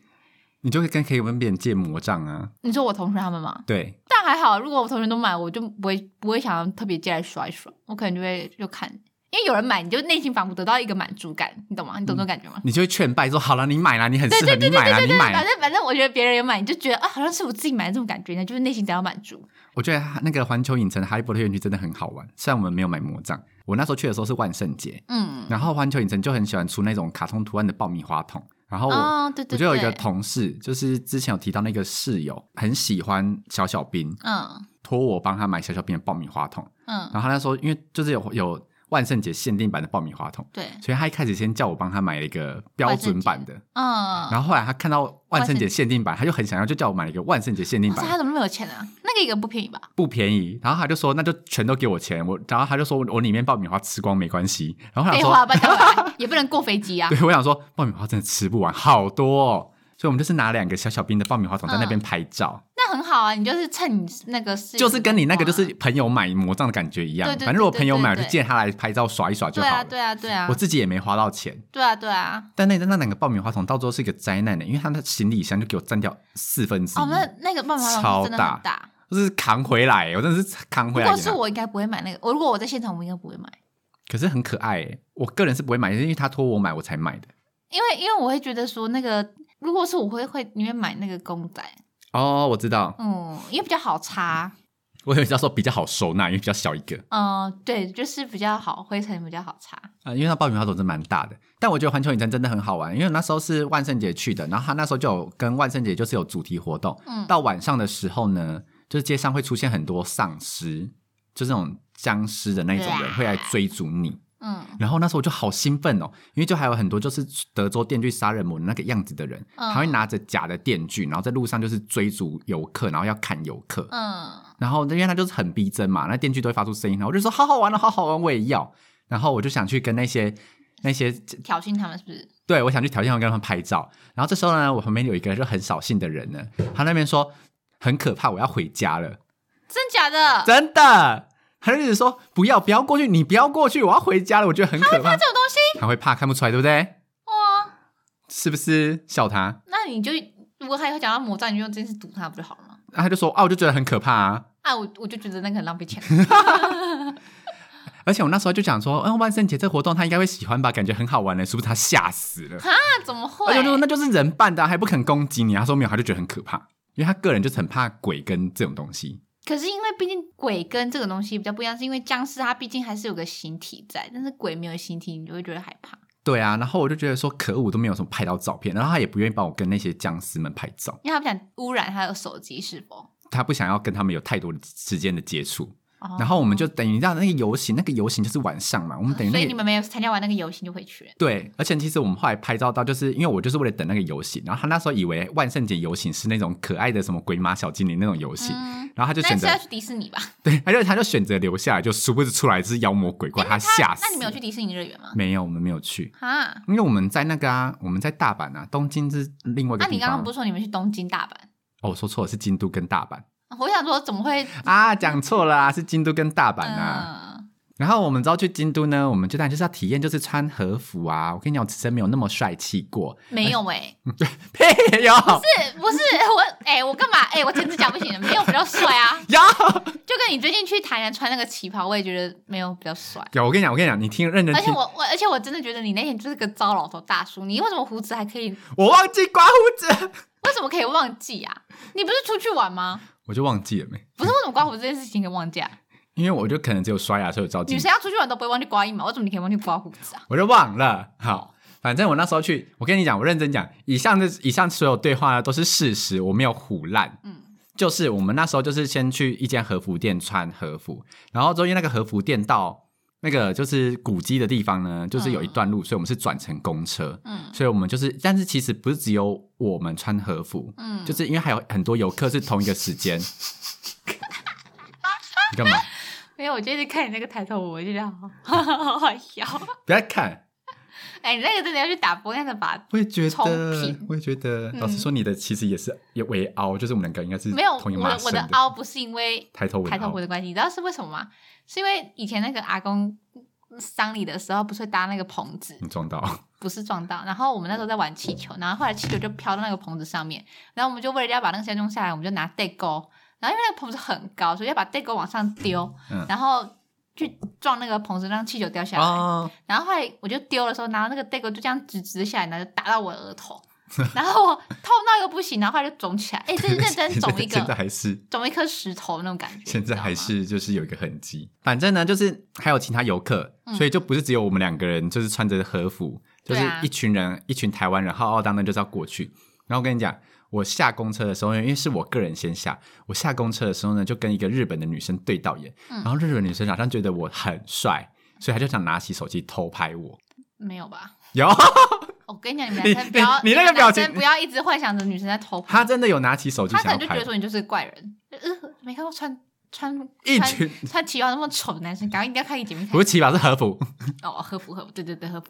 [SPEAKER 1] 你就会跟可以问别人借魔杖啊，
[SPEAKER 2] 你说我同学他们吗？
[SPEAKER 1] 对，
[SPEAKER 2] 但还好，如果我同学都买，我就不会不会想要特别借来刷一刷，我可能就会就看，因为有人买，你就内心仿佛得到一个满足感，你懂吗？你懂这种感觉吗？
[SPEAKER 1] 你就会劝败说好了，你买啦，你 很
[SPEAKER 2] 对
[SPEAKER 1] 适合，
[SPEAKER 2] 对
[SPEAKER 1] 你
[SPEAKER 2] 对对
[SPEAKER 1] 买啦，
[SPEAKER 2] 对
[SPEAKER 1] 你
[SPEAKER 2] 对，
[SPEAKER 1] 买
[SPEAKER 2] 反
[SPEAKER 1] 啦。
[SPEAKER 2] 正反正我觉得别人有买，你就觉得啊，好像是我自己买的这种感觉呢，就是内心得到满足。
[SPEAKER 1] 我觉得那个环球影城的哈利波特园区真的很好玩，虽然我们没有买魔杖，我那时候去的时候是万圣节，
[SPEAKER 2] 嗯，
[SPEAKER 1] 然后环球影城就很喜欢出那种卡通图案的爆米花筒，然后我、
[SPEAKER 2] 哦，对对
[SPEAKER 1] 我
[SPEAKER 2] 对，
[SPEAKER 1] 就有一个同事，就是之前有提到那个室友，很喜欢小小兵，
[SPEAKER 2] 嗯
[SPEAKER 1] 托我帮他买小小兵的爆米花筒。
[SPEAKER 2] 嗯，
[SPEAKER 1] 然后他那时候因为就是有有万圣节限定版的爆米花筒，
[SPEAKER 2] 对，
[SPEAKER 1] 所以他一开始先叫我帮他买了一个标准版的。
[SPEAKER 2] 嗯。
[SPEAKER 1] 然后后来他看到万圣节限定版，他就很想要，就叫我买了一个万圣节限定
[SPEAKER 2] 哇塞，他
[SPEAKER 1] 版，
[SPEAKER 2] 怎么那么有钱啊？那个一个不便宜吧？
[SPEAKER 1] 不便宜。然后他就说那就全都给我钱，我然后他就说我里面爆米花吃光没关系。然后我
[SPEAKER 2] 废
[SPEAKER 1] 想
[SPEAKER 2] 话，
[SPEAKER 1] 说，
[SPEAKER 2] 搬家回 来也不能过飞机啊。
[SPEAKER 1] 对我想说爆米花真的吃不完，好多、哦，所以我们就是拿两个小小兵的爆米花筒在那边拍照。
[SPEAKER 2] 那很好啊，你就是趁你那个是，
[SPEAKER 1] 就是跟你那个就是朋友买魔杖的感觉一样，
[SPEAKER 2] 对对对
[SPEAKER 1] 反正我朋友买，我
[SPEAKER 2] 对
[SPEAKER 1] 就
[SPEAKER 2] 对对
[SPEAKER 1] 借他来拍照耍一耍就
[SPEAKER 2] 对
[SPEAKER 1] 好
[SPEAKER 2] 啊
[SPEAKER 1] 了。
[SPEAKER 2] 对啊对啊
[SPEAKER 1] 我自己也没花到钱，
[SPEAKER 2] 对啊对啊。
[SPEAKER 1] 但那那两个爆米花筒到最后是一个灾难的，欸因为他的行李箱就给我占掉四分之一，
[SPEAKER 2] 哦，那那个慢慢
[SPEAKER 1] 超
[SPEAKER 2] 真的
[SPEAKER 1] 大啊
[SPEAKER 2] 很大。
[SPEAKER 1] 就是扛回来，我真的是扛
[SPEAKER 2] 如
[SPEAKER 1] 回来
[SPEAKER 2] 果
[SPEAKER 1] 给
[SPEAKER 2] 是
[SPEAKER 1] 他。
[SPEAKER 2] 我，应该不会买那个。我如果我在现场，我应该不会买，
[SPEAKER 1] 可是很可爱耶，我个人是不会买，因为他托我买我才买的。
[SPEAKER 2] 因为因为我会觉得说那个，如果是我会会宁愿买那个公仔，
[SPEAKER 1] 哦，我知道，
[SPEAKER 2] 嗯，因为比较好擦，
[SPEAKER 1] 我以为要说比较好收纳，因为比较小一个
[SPEAKER 2] 嗯，对，就是比较好，灰尘比较好擦。
[SPEAKER 1] 啊、因为它爆米花总是蛮大的。但我觉得环球影城真的很好玩，因为我那时候是万圣节去的，然后他那时候就有跟万圣节就是有主题活动，
[SPEAKER 2] 嗯
[SPEAKER 1] 到晚上的时候呢，就是街上会出现很多丧尸，就是那种僵尸的那种人会来追逐你。
[SPEAKER 2] 嗯
[SPEAKER 1] 然后那时候我就好兴奋哦，因为就还有很多就是德州电锯杀人魔那个样子的人，
[SPEAKER 2] 嗯
[SPEAKER 1] 他会拿着假的电锯，然后在路上就是追逐游客，然后要砍游客。
[SPEAKER 2] 嗯，
[SPEAKER 1] 然后因为他就是很逼真嘛，那电锯都会发出声音，然后我就说好好玩了，好好玩，我也要。然后我就想去跟那些那些，
[SPEAKER 2] 挑衅他们是不是？
[SPEAKER 1] 对我想去挑战，我跟他们拍照。然后这时候呢，我旁边有一个就很扫兴的人呢，他那边说很可怕，我要回家了，
[SPEAKER 2] 真假的？
[SPEAKER 1] 真的。他就一直说不要不要过去，你不要过去，我要回家了，我觉得很可怕。
[SPEAKER 2] 这种东西
[SPEAKER 1] 他会怕，看不出来，对不对？
[SPEAKER 2] 哇，
[SPEAKER 1] 是不是笑他？
[SPEAKER 2] 那你就如果他以后讲到魔杖，你就真是堵他不就好了吗？
[SPEAKER 1] 然后他就说啊，我就觉得很可怕啊。
[SPEAKER 2] 啊，我我就觉得那个很浪 费钱。
[SPEAKER 1] 而且我那时候就想说，嗯，万圣节这活动他应该会喜欢吧，感觉很好玩呢，是不是？他吓死了。
[SPEAKER 2] 那怎么会
[SPEAKER 1] 而且？我就说哎那就是人扮的啊、还不肯攻击你。他说没有，他就觉得很可怕，因为他个人就是很怕鬼跟这种东西。
[SPEAKER 2] 可是因为毕竟鬼跟这个东西比较不一样，是因为僵尸它毕竟还是有个形体在，但是鬼没有形体，你就会觉得害怕，
[SPEAKER 1] 对啊，然后我就觉得说可恶，我都没有什么拍到照片，然后他也不愿意帮我跟那些僵尸们拍照，
[SPEAKER 2] 因为他不想污染他的手机是否？
[SPEAKER 1] 他不想要跟他们有太多的时间的接触。
[SPEAKER 2] 哦
[SPEAKER 1] 然后我们就等于让那个游行，那个游行就是晚上嘛，我们等于
[SPEAKER 2] 哦所
[SPEAKER 1] 那
[SPEAKER 2] 以
[SPEAKER 1] 个
[SPEAKER 2] 你们没有参加完那个游戏就回去了。
[SPEAKER 1] 对，而且其实我们后来拍照到，就是因为我就是为了等那个游行，然后他那时候以为万圣节游行是那种可爱的什么鬼马小精灵那种游行，
[SPEAKER 2] 嗯，
[SPEAKER 1] 然后他就
[SPEAKER 2] 那
[SPEAKER 1] 选
[SPEAKER 2] 是
[SPEAKER 1] 择
[SPEAKER 2] 要去迪士尼吧？
[SPEAKER 1] 对，他就他就选择留下来，就殊不知出来是妖魔鬼怪，他吓死。
[SPEAKER 2] 那你们有去？迪士尼乐园吗？
[SPEAKER 1] 没有，我们没有去，
[SPEAKER 2] 啊，
[SPEAKER 1] 因为我们在那个啊，我们在大阪啊，东京是另外一个
[SPEAKER 2] 那
[SPEAKER 1] 地方。
[SPEAKER 2] 啊你刚刚不是说你们去东京、大阪？
[SPEAKER 1] 哦，我说错了，是京都跟大阪
[SPEAKER 2] 我想说怎么会？
[SPEAKER 1] 啊，讲错了啊，是京都跟大阪啊。
[SPEAKER 2] 嗯，
[SPEAKER 1] 然后我们知道去京都呢，我们就当然就是要体验，就是穿和服啊。我跟你讲，我此生没有那么帅气过，
[SPEAKER 2] 没有哎、
[SPEAKER 1] 屁有
[SPEAKER 2] 是不是 我？哎、我干嘛？哎、我简直讲不行，没有比较帅啊！
[SPEAKER 1] 有。
[SPEAKER 2] 就跟你最近去台南穿那个旗袍，我也觉得没有比较帅。
[SPEAKER 1] 有，我跟你讲，我跟你讲，你听认真
[SPEAKER 2] 而且
[SPEAKER 1] 听，
[SPEAKER 2] 我我而且我真的觉得你那天就是个糟老头大叔，你为什么胡子还可以？
[SPEAKER 1] 我忘记刮胡子，
[SPEAKER 2] 为什么可以忘记啊？你不是出去玩吗？
[SPEAKER 1] 我就忘记了没，
[SPEAKER 2] 不是为什么刮胡子这件事情可以忘记啊？
[SPEAKER 1] 因为我就可能只有刷牙所以有照镜
[SPEAKER 2] 女
[SPEAKER 1] 子，
[SPEAKER 2] 生要出去玩都不会忘记刮一毛，为什么你可以忘记刮胡子啊？
[SPEAKER 1] 我就忘了。好，反正我那时候去，我跟你讲，我认真讲，以上的以上所有对话呢都是事实，我没有胡乱。
[SPEAKER 2] 嗯
[SPEAKER 1] 就是我们那时候就是先去一间和服店穿和服，然后中间那个和服店到那个就是古迹的地方呢，就是有一段路，所以我们是转乘公车，
[SPEAKER 2] 嗯
[SPEAKER 1] 所以我们就是，但是其实不是只有我们穿和服，
[SPEAKER 2] 嗯，
[SPEAKER 1] 就是因为还有很多游客是同一个时 间。你干嘛？
[SPEAKER 2] 没有，我就一直看你那个抬头，我就这样， 好好笑。
[SPEAKER 1] 不要看，那
[SPEAKER 2] 哎、你那个真的要去打玻璃的吧？
[SPEAKER 1] 我也觉
[SPEAKER 2] 重
[SPEAKER 1] 得
[SPEAKER 2] 评，
[SPEAKER 1] 我也觉得，
[SPEAKER 2] 嗯
[SPEAKER 1] 老实说，你的其实也是也围凹，就是我们两个应该是
[SPEAKER 2] 没有，
[SPEAKER 1] 同一个
[SPEAKER 2] 我
[SPEAKER 1] 妈
[SPEAKER 2] 我
[SPEAKER 1] 生
[SPEAKER 2] 的凹不是因为
[SPEAKER 1] 抬头纹
[SPEAKER 2] 抬头
[SPEAKER 1] 凹
[SPEAKER 2] 纹的关系，你知道是为什么吗？是因为以前那个阿公丧礼的时候，不是会搭那个棚子，
[SPEAKER 1] 你 撞到，
[SPEAKER 2] 不是撞到。然后我们那时候在玩气球，然后后来气球就飘到那个棚子上面，然后我们就为了要把那个先弄下来，我们就拿带钩，然后因为那个棚子很高，所以要把带钩往上丢，
[SPEAKER 1] 嗯
[SPEAKER 2] 然后去撞那个棚子，让气球掉下来。
[SPEAKER 1] 哦，
[SPEAKER 2] 然后后来我就丢的时候，然后那个带钩就这样直直下来，然后就打到我的额 头，然后我痛到一个不行，然后后来就肿起来，哎、这是认 真肿 一
[SPEAKER 1] 现在
[SPEAKER 2] 个。
[SPEAKER 1] 还是
[SPEAKER 2] 肿一颗石头那种感觉，
[SPEAKER 1] 现在还
[SPEAKER 2] 你知道吗
[SPEAKER 1] 是就是有一个痕迹。反正呢，就是还有其他游客，
[SPEAKER 2] 嗯
[SPEAKER 1] 所以就不是只有我们两个人，就是穿着和服，就是
[SPEAKER 2] 对啊
[SPEAKER 1] 一群人，一群台湾人浩浩荡荡就是要过去。然后我跟你讲，我下公车的时候，因为是我个人先下，我下公车的时候呢，就跟一个日本的女生对到眼，
[SPEAKER 2] 嗯
[SPEAKER 1] 然后日本女生好像觉得我很帅，所以她就想拿起手机偷拍我。
[SPEAKER 2] 没有吧？
[SPEAKER 1] 有，
[SPEAKER 2] 哦我跟你讲，你们
[SPEAKER 1] 你
[SPEAKER 2] 男生不要，
[SPEAKER 1] 你你那个
[SPEAKER 2] 们
[SPEAKER 1] 表
[SPEAKER 2] 男生
[SPEAKER 1] 情
[SPEAKER 2] 不要一直幻想着女生在偷拍
[SPEAKER 1] 她真的有拿起手机
[SPEAKER 2] 他可
[SPEAKER 1] 想要
[SPEAKER 2] 能就觉
[SPEAKER 1] 拍
[SPEAKER 2] 得，说你就是怪人，呃，没看过穿穿
[SPEAKER 1] 一
[SPEAKER 2] 穿
[SPEAKER 1] 群
[SPEAKER 2] 穿旗袍那么丑的男生，赶快一定要看一姐妹看
[SPEAKER 1] 不是骑吧，是和服。
[SPEAKER 2] 哦，和服和服，对对对和服。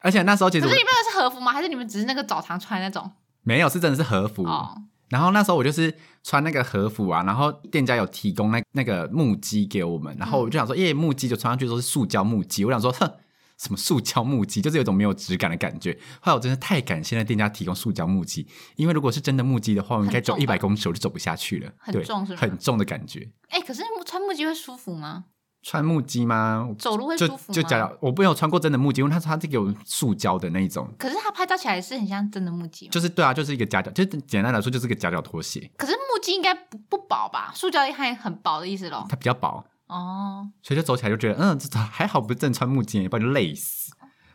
[SPEAKER 1] 而且那时候其
[SPEAKER 2] 可
[SPEAKER 1] 实
[SPEAKER 2] 是
[SPEAKER 1] 我
[SPEAKER 2] 你们那个是和服吗？还是你们只是那个澡堂穿的那种？
[SPEAKER 1] 没有，是真的是和服。
[SPEAKER 2] 哦，
[SPEAKER 1] 然后那时候我就是穿那个和服啊，然后店家有提供那那个木屐给我们，然后
[SPEAKER 2] 嗯
[SPEAKER 1] 我就想说，耶，木屐就穿上去都是塑胶木屐，我想说，哼，什么塑胶木屐，就是有一种没有质感的感觉。后来我真的太感谢那店家提供塑胶木屐，因为如果是真的木屐的话，我应该走
[SPEAKER 2] 很
[SPEAKER 1] 一
[SPEAKER 2] 重吧
[SPEAKER 1] 百公尺我就走不下去了，
[SPEAKER 2] 很
[SPEAKER 1] 对
[SPEAKER 2] 重是吗
[SPEAKER 1] 很重的感觉。
[SPEAKER 2] 哎，可是木穿木屐会舒服吗？
[SPEAKER 1] 穿木屐吗？
[SPEAKER 2] 走路会
[SPEAKER 1] 就
[SPEAKER 2] 舒服吗？
[SPEAKER 1] 就脚，我没有穿过真的木屐，因为它它这个有塑胶的那一种，
[SPEAKER 2] 可是它拍照起来是很像真的木屐吗，
[SPEAKER 1] 就是对啊，就是一个夹脚，就是简单来说就是个夹脚拖鞋，
[SPEAKER 2] 可是木屐应该不不薄吧？塑胶还很薄的意思咯。
[SPEAKER 1] 它比较薄，
[SPEAKER 2] 哦，
[SPEAKER 1] 所以就走起来就觉得，嗯，这还好不是正穿木屐，不然就累死。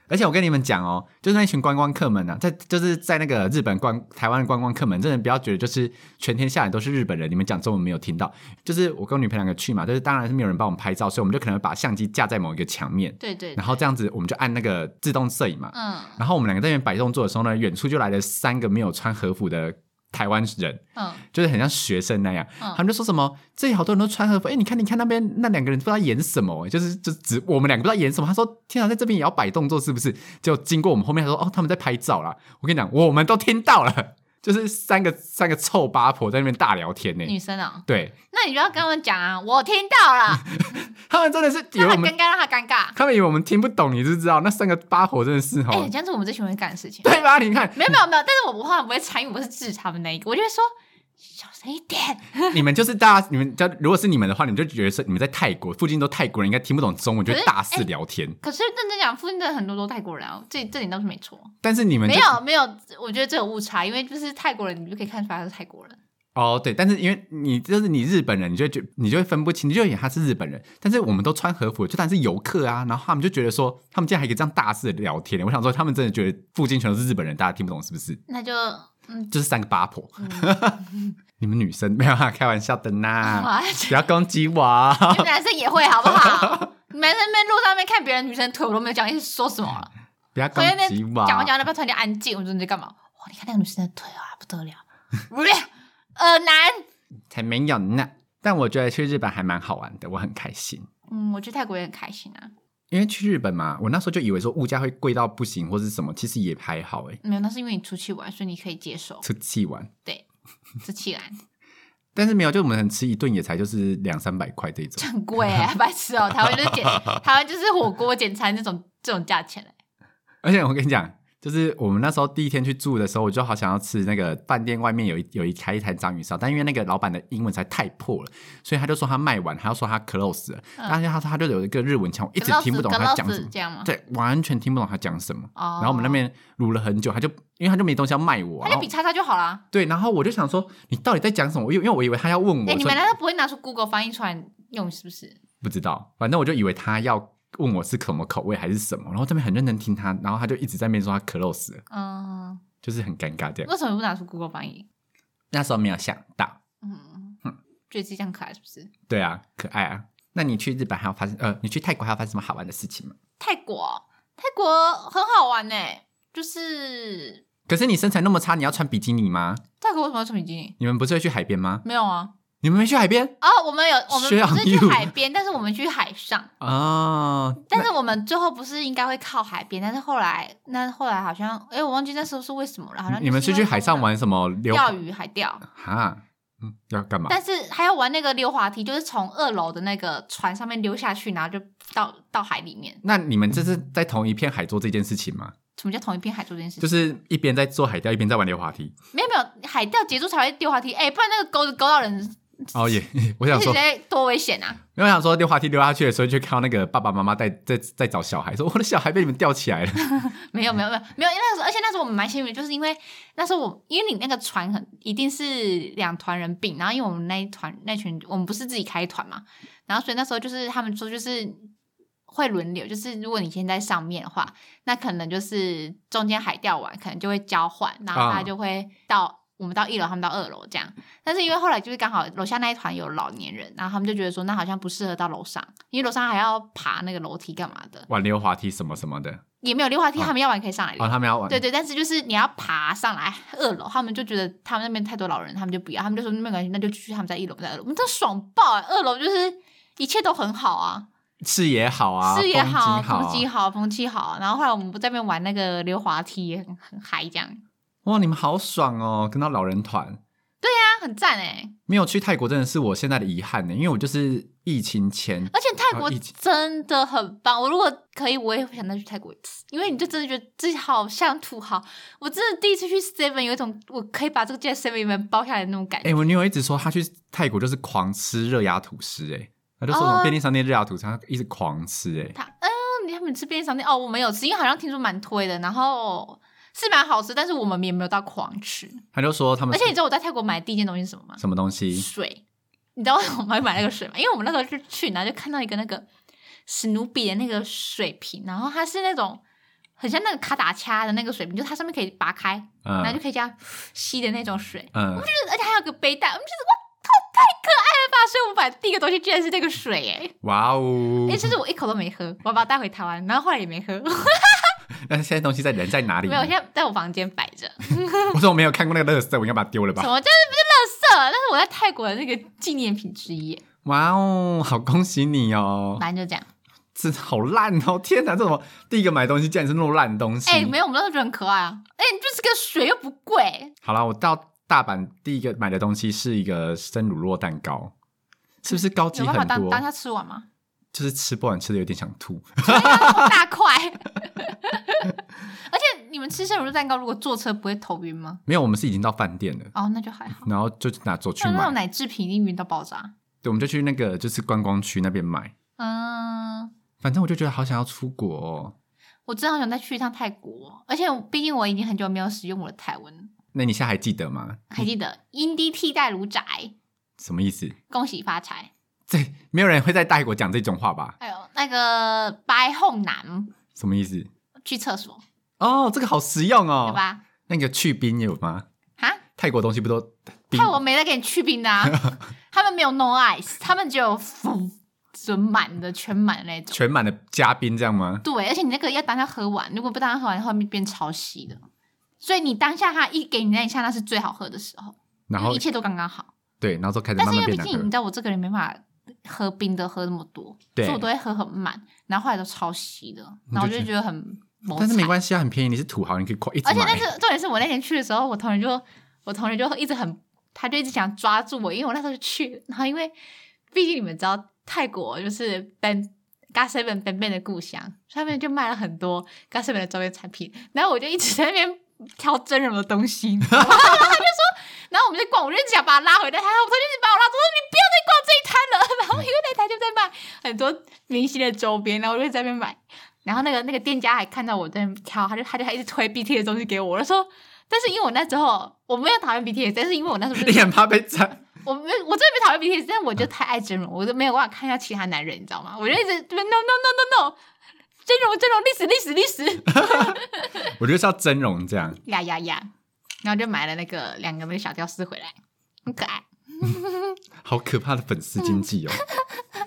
[SPEAKER 1] 而且我跟你们讲哦，就是那群观光客们啊，在就是在那个日本观台湾的观光客们，真的不要觉得就是全天下来都是日本人，你们讲中文没有听到。就是我跟我女朋友两个去嘛，就是当然是没有人帮我们拍照，所以我们就可能把相机架在某一个墙面，
[SPEAKER 2] 对对，
[SPEAKER 1] 然后这样子我们就按那个自动摄影嘛，
[SPEAKER 2] 嗯
[SPEAKER 1] 然后我们两个在那边摆动作的时候呢，远处就来了三个没有穿和服的台湾人，
[SPEAKER 2] 嗯
[SPEAKER 1] 就是很像学生那样。
[SPEAKER 2] 嗯
[SPEAKER 1] 他们就说什么这里好多人都穿和服，哎，你看你看那边那两个人不知道演什么，就是就只我们两个不知道演什么。他说天啊，在这边也要摆动作是不是？就经过我们后面，他说哦他们在拍照啦。我跟你讲，我们都听到了， 就是三个三个臭八婆在那边大聊天呢、
[SPEAKER 2] 女生啊，
[SPEAKER 1] 对
[SPEAKER 2] 那你就要跟他们讲啊， 我听到了，
[SPEAKER 1] 他们真的是以
[SPEAKER 2] 让
[SPEAKER 1] 为
[SPEAKER 2] 他
[SPEAKER 1] 我们
[SPEAKER 2] 尴，尬，让他尴尬。
[SPEAKER 1] 他们以为我们听不懂，你知不知道？那三个八婆真的是
[SPEAKER 2] 哎、
[SPEAKER 1] 哦，
[SPEAKER 2] 这样子我们这群人干的事 情，
[SPEAKER 1] 对吧？你看，
[SPEAKER 2] 没有没有没有，但是我不怕不会参与，我是治他们那一个，我就会说小声一点。
[SPEAKER 1] 你们就是大家，你们叫如果是你们的话，你们就觉得是你们在泰国附近都泰国人，应该听不懂中文，就
[SPEAKER 2] 可是哎
[SPEAKER 1] 大肆聊天。
[SPEAKER 2] 可是认真讲，附近真的很多都泰国人啊，这这点倒是没错。
[SPEAKER 1] 但是你们就
[SPEAKER 2] 没有没有，我觉得这有误差，因为就是泰国人，你就可以看出来他是泰国人。
[SPEAKER 1] 哦，对，但是因为你就是你日本人，你就会觉你就会分不清，你就以为他是日本人。但是我们都穿和服，就当然是游客啊。然后他们就觉得说，他们竟然还可以这样大肆地聊天。我想说，他们真的觉得附近全都是日本人，大家听不懂是不是？
[SPEAKER 2] 那就嗯，
[SPEAKER 1] 就是三个八婆，
[SPEAKER 2] 嗯
[SPEAKER 1] 你们女生没有啊，开玩笑的呐，
[SPEAKER 2] 哇
[SPEAKER 1] 不要攻击我。
[SPEAKER 2] 你 们男生也会好 不好？你们男生在路上面看别人女生腿，我都没有讲，一直说什么啊？
[SPEAKER 1] 不要攻
[SPEAKER 2] 回来那
[SPEAKER 1] 击我，
[SPEAKER 2] 讲完讲完，那边突然就安静，我说你在干嘛？哇，你看那个女生的腿啊，不 得了，不了，呃，男。
[SPEAKER 1] 才没有呢。但我觉得去日本还蛮好玩的，我很开心。
[SPEAKER 2] 嗯，我去泰国也很开心啊。
[SPEAKER 1] 因为去日本嘛，我那时候就以为说物价会贵到不行或是什么，其实也还好哎，。
[SPEAKER 2] 没有，那是因为你出去玩，所以你可以接受
[SPEAKER 1] 出气玩。
[SPEAKER 2] 这气兰
[SPEAKER 1] 但是没有，就我们很吃一顿也才就是两三百块这种。
[SPEAKER 2] 很贵、 欸，白痴哦、台湾就是简，台湾就是火锅简餐这种这种价钱、欸、
[SPEAKER 1] 而且我跟你讲，就是我们那时候第一天去住的时候，我就好想要吃那个饭店外面有一有一开一摊章鱼烧，但因为那个老板的英文实在太破了，所以他就说他卖完，他要说他 close 了，
[SPEAKER 2] 嗯
[SPEAKER 1] 但是他他就有一个日文腔，我一直听不懂他讲什么，
[SPEAKER 2] 这样吗？
[SPEAKER 1] 对，完全听不懂他讲什么。
[SPEAKER 2] 哦，
[SPEAKER 1] 然后我们那边撸了很久，他就因为他就没东西要卖我，
[SPEAKER 2] 他
[SPEAKER 1] 然
[SPEAKER 2] 就
[SPEAKER 1] 后
[SPEAKER 2] 比叉叉就好啦。
[SPEAKER 1] 对，然后我就想说，你到底在讲什么？我因为因为我以为他要问我
[SPEAKER 2] 哎、
[SPEAKER 1] 说，
[SPEAKER 2] 你们难道不会拿出 Google 翻译出来用是不是？
[SPEAKER 1] 不知道，反正我就以为他要问我是什么口味还是什么，然后这边很认真听他，然后他就一直在那边说他 close，了
[SPEAKER 2] 嗯，
[SPEAKER 1] 就是很尴尬这样。
[SPEAKER 2] 为什么不拿出 Google 翻译？
[SPEAKER 1] 那时候没有想到，
[SPEAKER 2] 嗯，觉得自己这样可爱是不是？
[SPEAKER 1] 对啊，可爱啊。那你去日本还有发生呃，你去泰国还有发生什么好玩的事情吗？
[SPEAKER 2] 泰国，泰国很好玩呢、就是
[SPEAKER 1] 可是你身材那么差，你要穿比基尼吗？
[SPEAKER 2] 泰国为什么要穿比基尼？
[SPEAKER 1] 你们不是会去海边吗？
[SPEAKER 2] 没有啊，
[SPEAKER 1] 你们没去海边
[SPEAKER 2] 啊、我们有，我们不是
[SPEAKER 1] Shame
[SPEAKER 2] 去
[SPEAKER 1] you
[SPEAKER 2] 海 边，但是我们去海上。
[SPEAKER 1] 哦？
[SPEAKER 2] 但是我们最后不是应该会靠海边，但是后来，那后来好像，哎、我忘记那时候是为什么了。好像
[SPEAKER 1] 你们
[SPEAKER 2] 就是是
[SPEAKER 1] 去
[SPEAKER 2] 因为
[SPEAKER 1] 海上玩什么溜
[SPEAKER 2] 钓鱼、海钓，
[SPEAKER 1] 哈？嗯，要干嘛？
[SPEAKER 2] 但是还要玩那个溜滑梯，就是从二楼的那个船上面溜下去，然后就到到海里面。
[SPEAKER 1] 那你们这是在同一片海做这件事情吗？
[SPEAKER 2] 什么叫同一片海做这件事情？
[SPEAKER 1] 就是一边在做海钓，一边在玩溜滑梯。
[SPEAKER 2] 没有没有，海钓结束才会溜滑梯，哎、不然那个钩子勾到人，
[SPEAKER 1] 哦耶！我
[SPEAKER 2] 而
[SPEAKER 1] 想
[SPEAKER 2] 且
[SPEAKER 1] 说
[SPEAKER 2] 现，在多危险啊！
[SPEAKER 1] 因为我想说，溜滑梯溜下去的时候，就看到那个爸爸妈妈在在在找小孩，说我的小孩被你们吊起来了。
[SPEAKER 2] 没有没有没有没有，因为那时候，而且那时候我们蛮幸运的，就是因为那时候我，因为你那个船很一定是两团人并，然后因为我们那一团那群我们不是自己开团嘛，然后所以那时候就是他们说就是会轮流，就是如果你先在上面的话，那可能就是中间海钓完可能就会交换，然后大家就会到。我们到一楼，他们到二楼这样。但是因为后来就是刚好楼下那一团有老年人，然后他们就觉得说，那好像不适合到楼上，因为楼上还要爬那个楼梯干嘛的，
[SPEAKER 1] 玩溜滑梯什么什么的，
[SPEAKER 2] 也没有溜滑梯，
[SPEAKER 1] 啊
[SPEAKER 2] 他们要玩可以上来溜
[SPEAKER 1] 然后他们要玩，
[SPEAKER 2] 对对，但是就是你要爬上来二楼，他们就觉得他们那边太多老人，他们就不要，他们就说没关系，那就继续他们在一楼，我们在二楼，我们真的爽爆、欸！二楼就是一切都很好啊，
[SPEAKER 1] 视野好啊，
[SPEAKER 2] 视野
[SPEAKER 1] 好，
[SPEAKER 2] 风
[SPEAKER 1] 好
[SPEAKER 2] 景好，风气好。然后后来我们不在那边玩那个溜滑梯，也很很嗨，这样
[SPEAKER 1] 哇，你们好爽哦，跟到老人团。
[SPEAKER 2] 啊，很赞哎、
[SPEAKER 1] 没有去泰国真的是我现在的遗憾呢，因为我就是疫情 前
[SPEAKER 2] 而且泰
[SPEAKER 1] 哦
[SPEAKER 2] 国
[SPEAKER 1] 疫情
[SPEAKER 2] 真的很棒，我如果可以，我也会想再去泰国一次，因为你就真的觉得自己好像土豪。我真的第一次去 Seven 有一种我可以把这个街 Seven 里面包下来的那种感觉。
[SPEAKER 1] 哎、我女友一直说她去泰国就是狂吃热压吐司，哎，他就说
[SPEAKER 2] 哦
[SPEAKER 1] 什么便利商店日料吐司，他一直狂吃哎、
[SPEAKER 2] 他哎呦，你们吃便利商店哦，我们有吃，因为好像听说蛮推的，然后是蛮好吃，但是我们也没有到狂吃。
[SPEAKER 1] 他就说他们
[SPEAKER 2] 而且你知道我在泰国买的第一件东西是什么吗？
[SPEAKER 1] 什么东西，
[SPEAKER 2] 水。你知道为什么我们会买那个水吗？因为我们那时候就去，然后就看到一个那个史努比的那个水瓶，然后它是那种很像那个卡打掐的那个水瓶，就是它上面可以拔开，然后就
[SPEAKER 1] 嗯
[SPEAKER 2] 可以这样吸的那种水。
[SPEAKER 1] 嗯，
[SPEAKER 2] 就是而且还有个背带，我们就是哇，太太可爱了吧！所以我们买的第一个东西居然是那个水耶、
[SPEAKER 1] 哇哦
[SPEAKER 2] 哎、！其实我一口都没喝，我把它带回台湾，然后后来也没喝，
[SPEAKER 1] 但是现在东西在人在哪里？
[SPEAKER 2] 没有，现在在我房间摆着。
[SPEAKER 1] 我说我没有看过那个垃圾，我应该把它丢了
[SPEAKER 2] 什
[SPEAKER 1] 吧？
[SPEAKER 2] 么？这是不是垃圾？但是我在泰国的那个纪念品之一耶，
[SPEAKER 1] 哇哦，好恭喜你哦！
[SPEAKER 2] 反正就这样。
[SPEAKER 1] 这好烂哦！天哪，这怎么第一个买东西竟然是那么烂的东西？
[SPEAKER 2] 哎、没有，我们那时候觉得很可爱啊。哎、你就是个水又不贵，
[SPEAKER 1] 好啦，我到大阪第一个买的东西是一个生乳酪蛋糕，是不是高级
[SPEAKER 2] 有办法
[SPEAKER 1] 很
[SPEAKER 2] 当
[SPEAKER 1] 多？
[SPEAKER 2] 当下吃完吗？ 啊
[SPEAKER 1] 就是吃不完，吃的有点想吐。
[SPEAKER 2] 大块。 而且你们吃生乳酪蛋糕，如果坐车不会头晕吗？
[SPEAKER 1] 没有，我们是已经到饭店了，
[SPEAKER 2] 哦，那就还好。
[SPEAKER 1] 然后就拿走去
[SPEAKER 2] 那那
[SPEAKER 1] 买
[SPEAKER 2] 种。奶制品一定晕到爆炸。
[SPEAKER 1] 对，我们就去那个就是观光区那边买。
[SPEAKER 2] 嗯，
[SPEAKER 1] 反正我就觉得好想要出国、哦。
[SPEAKER 2] 我真的好想再去一趟泰国，哦而且我毕竟我已经很久没有使用我的泰文了，
[SPEAKER 1] 那你现在还记得吗？
[SPEAKER 2] 还记
[SPEAKER 1] 嗯
[SPEAKER 2] 得阴地替代如宅，
[SPEAKER 1] 什么意思？
[SPEAKER 2] 恭喜发财。
[SPEAKER 1] 这没有人会在泰国讲这种话吧？
[SPEAKER 2] 还有哎那个白后男
[SPEAKER 1] 什么意思？
[SPEAKER 2] 去厕所，
[SPEAKER 1] 哦，这个好实用
[SPEAKER 2] 对
[SPEAKER 1] 哦。
[SPEAKER 2] 吧？
[SPEAKER 1] 那个去冰有吗？
[SPEAKER 2] 哈，
[SPEAKER 1] 泰国东西不都冰
[SPEAKER 2] 看我没在给你去冰 的、啊，他们没有 no ice，他们只有 full 准满的全满的那种。
[SPEAKER 1] 全满的加冰这样吗？
[SPEAKER 2] 对，而且你那个要当下喝完，如果不当下喝完，后面变超稀的。所以你当下他一给你那一下，那是最好喝的时候，
[SPEAKER 1] 然
[SPEAKER 2] 因为
[SPEAKER 1] 后
[SPEAKER 2] 一切都刚刚好。
[SPEAKER 1] 对，然后就开始
[SPEAKER 2] 但
[SPEAKER 1] 慢
[SPEAKER 2] 是因
[SPEAKER 1] 慢
[SPEAKER 2] 为
[SPEAKER 1] 变
[SPEAKER 2] 毕
[SPEAKER 1] 难
[SPEAKER 2] 竟你
[SPEAKER 1] 喝
[SPEAKER 2] 知。道我这个人没办法喝冰的喝那么多，所
[SPEAKER 1] 对嗯
[SPEAKER 2] 以我都会喝很慢，然后后来都超稀的，然后我
[SPEAKER 1] 你就
[SPEAKER 2] 就觉得很谋
[SPEAKER 1] 但是没
[SPEAKER 2] 财
[SPEAKER 1] 关系啊，很便宜，你是土豪，你可以快一直
[SPEAKER 2] 而且
[SPEAKER 1] 买
[SPEAKER 2] 但。是重点是我那天去的时候，我同学就我同学就一直很，他就一直想抓住我，因为我那时候就去，然后因为毕竟你们知道泰国就是 Ben g a s e v e n Ben Ben 的故乡，所以他们就卖了很多 g a s e v e n 的周边产品，然后我就一直在那边挑真人的东西，你知道吗他就说。然后我们就逛，我就一直想把他拉回来，他我同学就一直把我拉住，说你不要再逛这一摊了。然后因为那摊就在卖很多明星的周边，然后我就在那边买。然后那个那个店家还看到我在那边挑，他就他就还一直推 BTS 的东西给我，我就说，但是因为我那时候我没有讨厌 BTS，但是因为我那时候 就
[SPEAKER 1] 你很怕被赞，
[SPEAKER 2] 我没有我真的没讨厌 BTS，但我就太爱真容，我都没有办法看一下其他男人，你知道吗？我就一直这边 no no no no no，真容真容历史历史历史，
[SPEAKER 1] 我觉得是要真容这样。
[SPEAKER 2] 呀呀呀！然后就买了那个两个那个小吊饰回来，很可爱。
[SPEAKER 1] 好可怕的粉丝经济哦！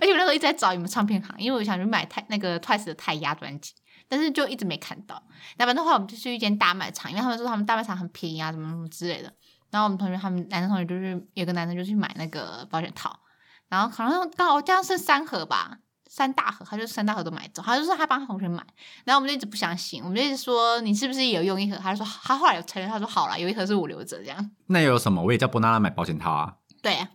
[SPEAKER 2] 而且我那时候一直在找你们唱片行，因为我想去买泰那个 Twice 的泰压专辑，但是就一直没看到。那反正后来我们就去一间大卖场，因为他们说他们大卖场很便宜啊，什么什么之类的。然后我们同学他们男生同学就是有个男生就去买那个保险套，然后好像刚好这样是三盒吧，三大盒，他就三大盒都买走，他就说他帮他同学买，然后我们就一直不相信，我们就一直说你是不是有用一盒？他就说他后来有承认，他说好了，有一盒是我留着这样。
[SPEAKER 1] 那又有什么？我也叫波娜娜买保险套啊。
[SPEAKER 2] 对、啊，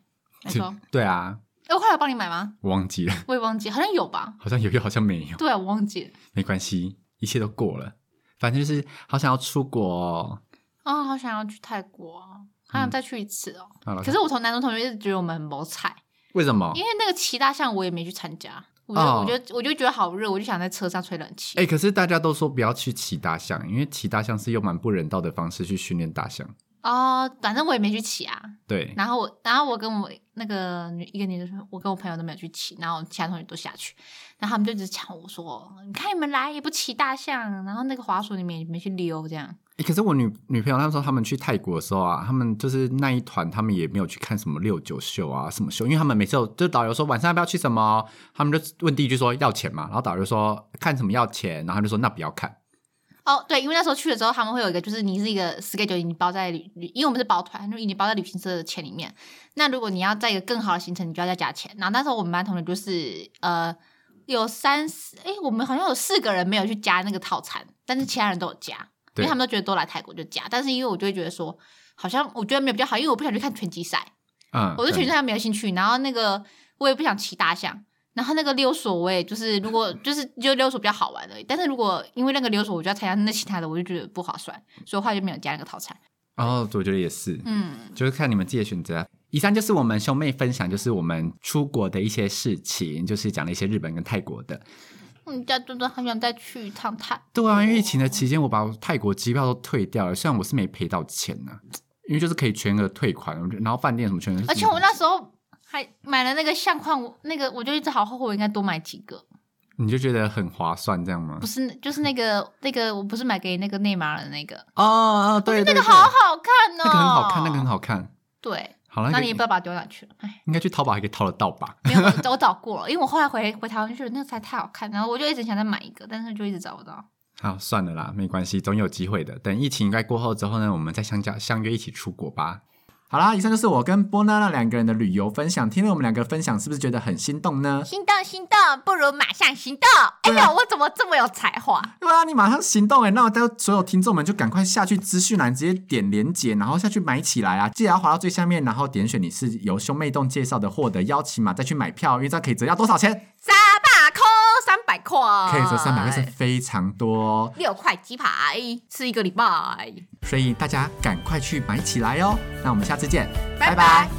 [SPEAKER 2] 没错。
[SPEAKER 1] 就对啊，
[SPEAKER 2] 哎、我后来有帮你买吗？
[SPEAKER 1] 我忘记了，
[SPEAKER 2] 我也忘记，好像有吧？
[SPEAKER 1] 好像有，又好像没有，
[SPEAKER 2] 对、啊，我忘记了。
[SPEAKER 1] 没关系，一切都过了。反正就是好想要出国、哦。
[SPEAKER 2] 啊、好想要去泰国啊，好想再去一次哦。
[SPEAKER 1] 嗯好了，
[SPEAKER 2] 可是我同男中同学一直觉得我们很谋财，
[SPEAKER 1] 为什么？
[SPEAKER 2] 因为那个骑大象我也没去参加，我就、
[SPEAKER 1] 哦
[SPEAKER 2] 我就我就觉得好热，我就想在车上吹冷气。
[SPEAKER 1] 哎、可是大家都说不要去骑大象，因为骑大象是用蛮不人道的方式去训练大象。
[SPEAKER 2] 哦，反正我也没去骑啊。
[SPEAKER 1] 对，
[SPEAKER 2] 然后我，然后我跟我那个女一个女生，我跟我朋友都没有去骑，然后其他同学都下去，然后他们就一直抢我说：“你看你们来也不骑大象，然后那个滑鼠你们也没去溜，这样
[SPEAKER 1] 欸可是我女女朋友那时候他们去泰国的时候啊，他们就是那一团，他们也没有去看什么六九秀啊什么秀，因为他们每次有就导游说晚上要不要去什么，他们就问第一句说要钱嘛，然后导游说看什么要钱，然后他就说那不要看，
[SPEAKER 2] 哦，对，因为那时候去的时候，他们会有一个，就是你是一个 schedule 已经包在旅旅，因为我们是包团，就已经包在旅行社的钱里面。那如果你要在一个更好的行程，你就要再加钱。然后那时候我们班同学就是呃，有三四，哎，我们好像有四个人没有去加那个套餐，但是其他人都有加，因
[SPEAKER 1] 对
[SPEAKER 2] 为他们都觉得都来泰国就加。但是因为我就会觉得说，好像我觉得没有比较好，因为我不想去看拳击赛，
[SPEAKER 1] 嗯，
[SPEAKER 2] 我对拳击
[SPEAKER 1] 对
[SPEAKER 2] 赛没有兴趣，然后那个我也不想骑大象，然后那个溜索我也就是如果就是就溜索比较好玩而已，但是如果因为那个溜索我就要参加那其他的，我就觉得不划算，所以我后来就没有加那个套餐。
[SPEAKER 1] 哦，我觉得也是，
[SPEAKER 2] 嗯，
[SPEAKER 1] 就是看你们自己的选择啊。以上就是我们兄妹分享，就是我们出国的一些事情，就是讲了一些日本跟泰国的。
[SPEAKER 2] 嗯，家真的好想再去一趟泰。
[SPEAKER 1] 对啊，因为疫情的期间，我把泰国机票都退掉了，虽然我是没赔到钱呢、因为就是可以全额退款，然后饭店什么全额。
[SPEAKER 2] 而且我那时候还买了那个相框，我那个我就一直好后悔，我应该多买几个。
[SPEAKER 1] 你就觉得很划算，这样吗
[SPEAKER 2] 不？是，就是那个那个，我不是买给那个内马尔的那个，
[SPEAKER 1] 哦哦，对
[SPEAKER 2] 那
[SPEAKER 1] 对
[SPEAKER 2] 个
[SPEAKER 1] 对，
[SPEAKER 2] 好好看
[SPEAKER 1] 那
[SPEAKER 2] 哦，
[SPEAKER 1] 个很好看，那个很。好看。
[SPEAKER 2] 对，
[SPEAKER 1] 好了，
[SPEAKER 2] 那
[SPEAKER 1] 那
[SPEAKER 2] 你也不知
[SPEAKER 1] 个
[SPEAKER 2] 道把它丢哪去了，哎，
[SPEAKER 1] 应该去淘宝还可以淘得到吧？
[SPEAKER 2] 没有，我我找过了，因为我后来回回台湾就觉得那个才太好看，然后我就一直想再买一个，但是就一直找不到。
[SPEAKER 1] 好，啊算了啦，没关系，总有机会的。等疫情应该过后之后呢，我们再相加相约一起出国吧。
[SPEAKER 3] 好啦，以上就是我跟波娜娜两个人的旅游分享。听了我们两个分享，是不是觉得很心动呢？
[SPEAKER 2] 心动心动，不如马上行动！哎
[SPEAKER 3] 对啊
[SPEAKER 2] 呦，我怎么这么有才华？
[SPEAKER 3] 对啊，你马上行动哎！那我带所有听众们就赶快下去资讯栏直接点连接，然后下去买起来啊！记得要滑到最下面，然后点选你是由兄妹洞介绍的获得邀请码，再去买票，因为这样可以折掉多少钱？
[SPEAKER 2] 三百块，三百块，
[SPEAKER 3] 可以折三百块，是非常多哦，
[SPEAKER 2] 六块鸡排，吃一个礼拜，
[SPEAKER 3] 所以大家赶快去买起来哦！那我们下次见，
[SPEAKER 2] 拜拜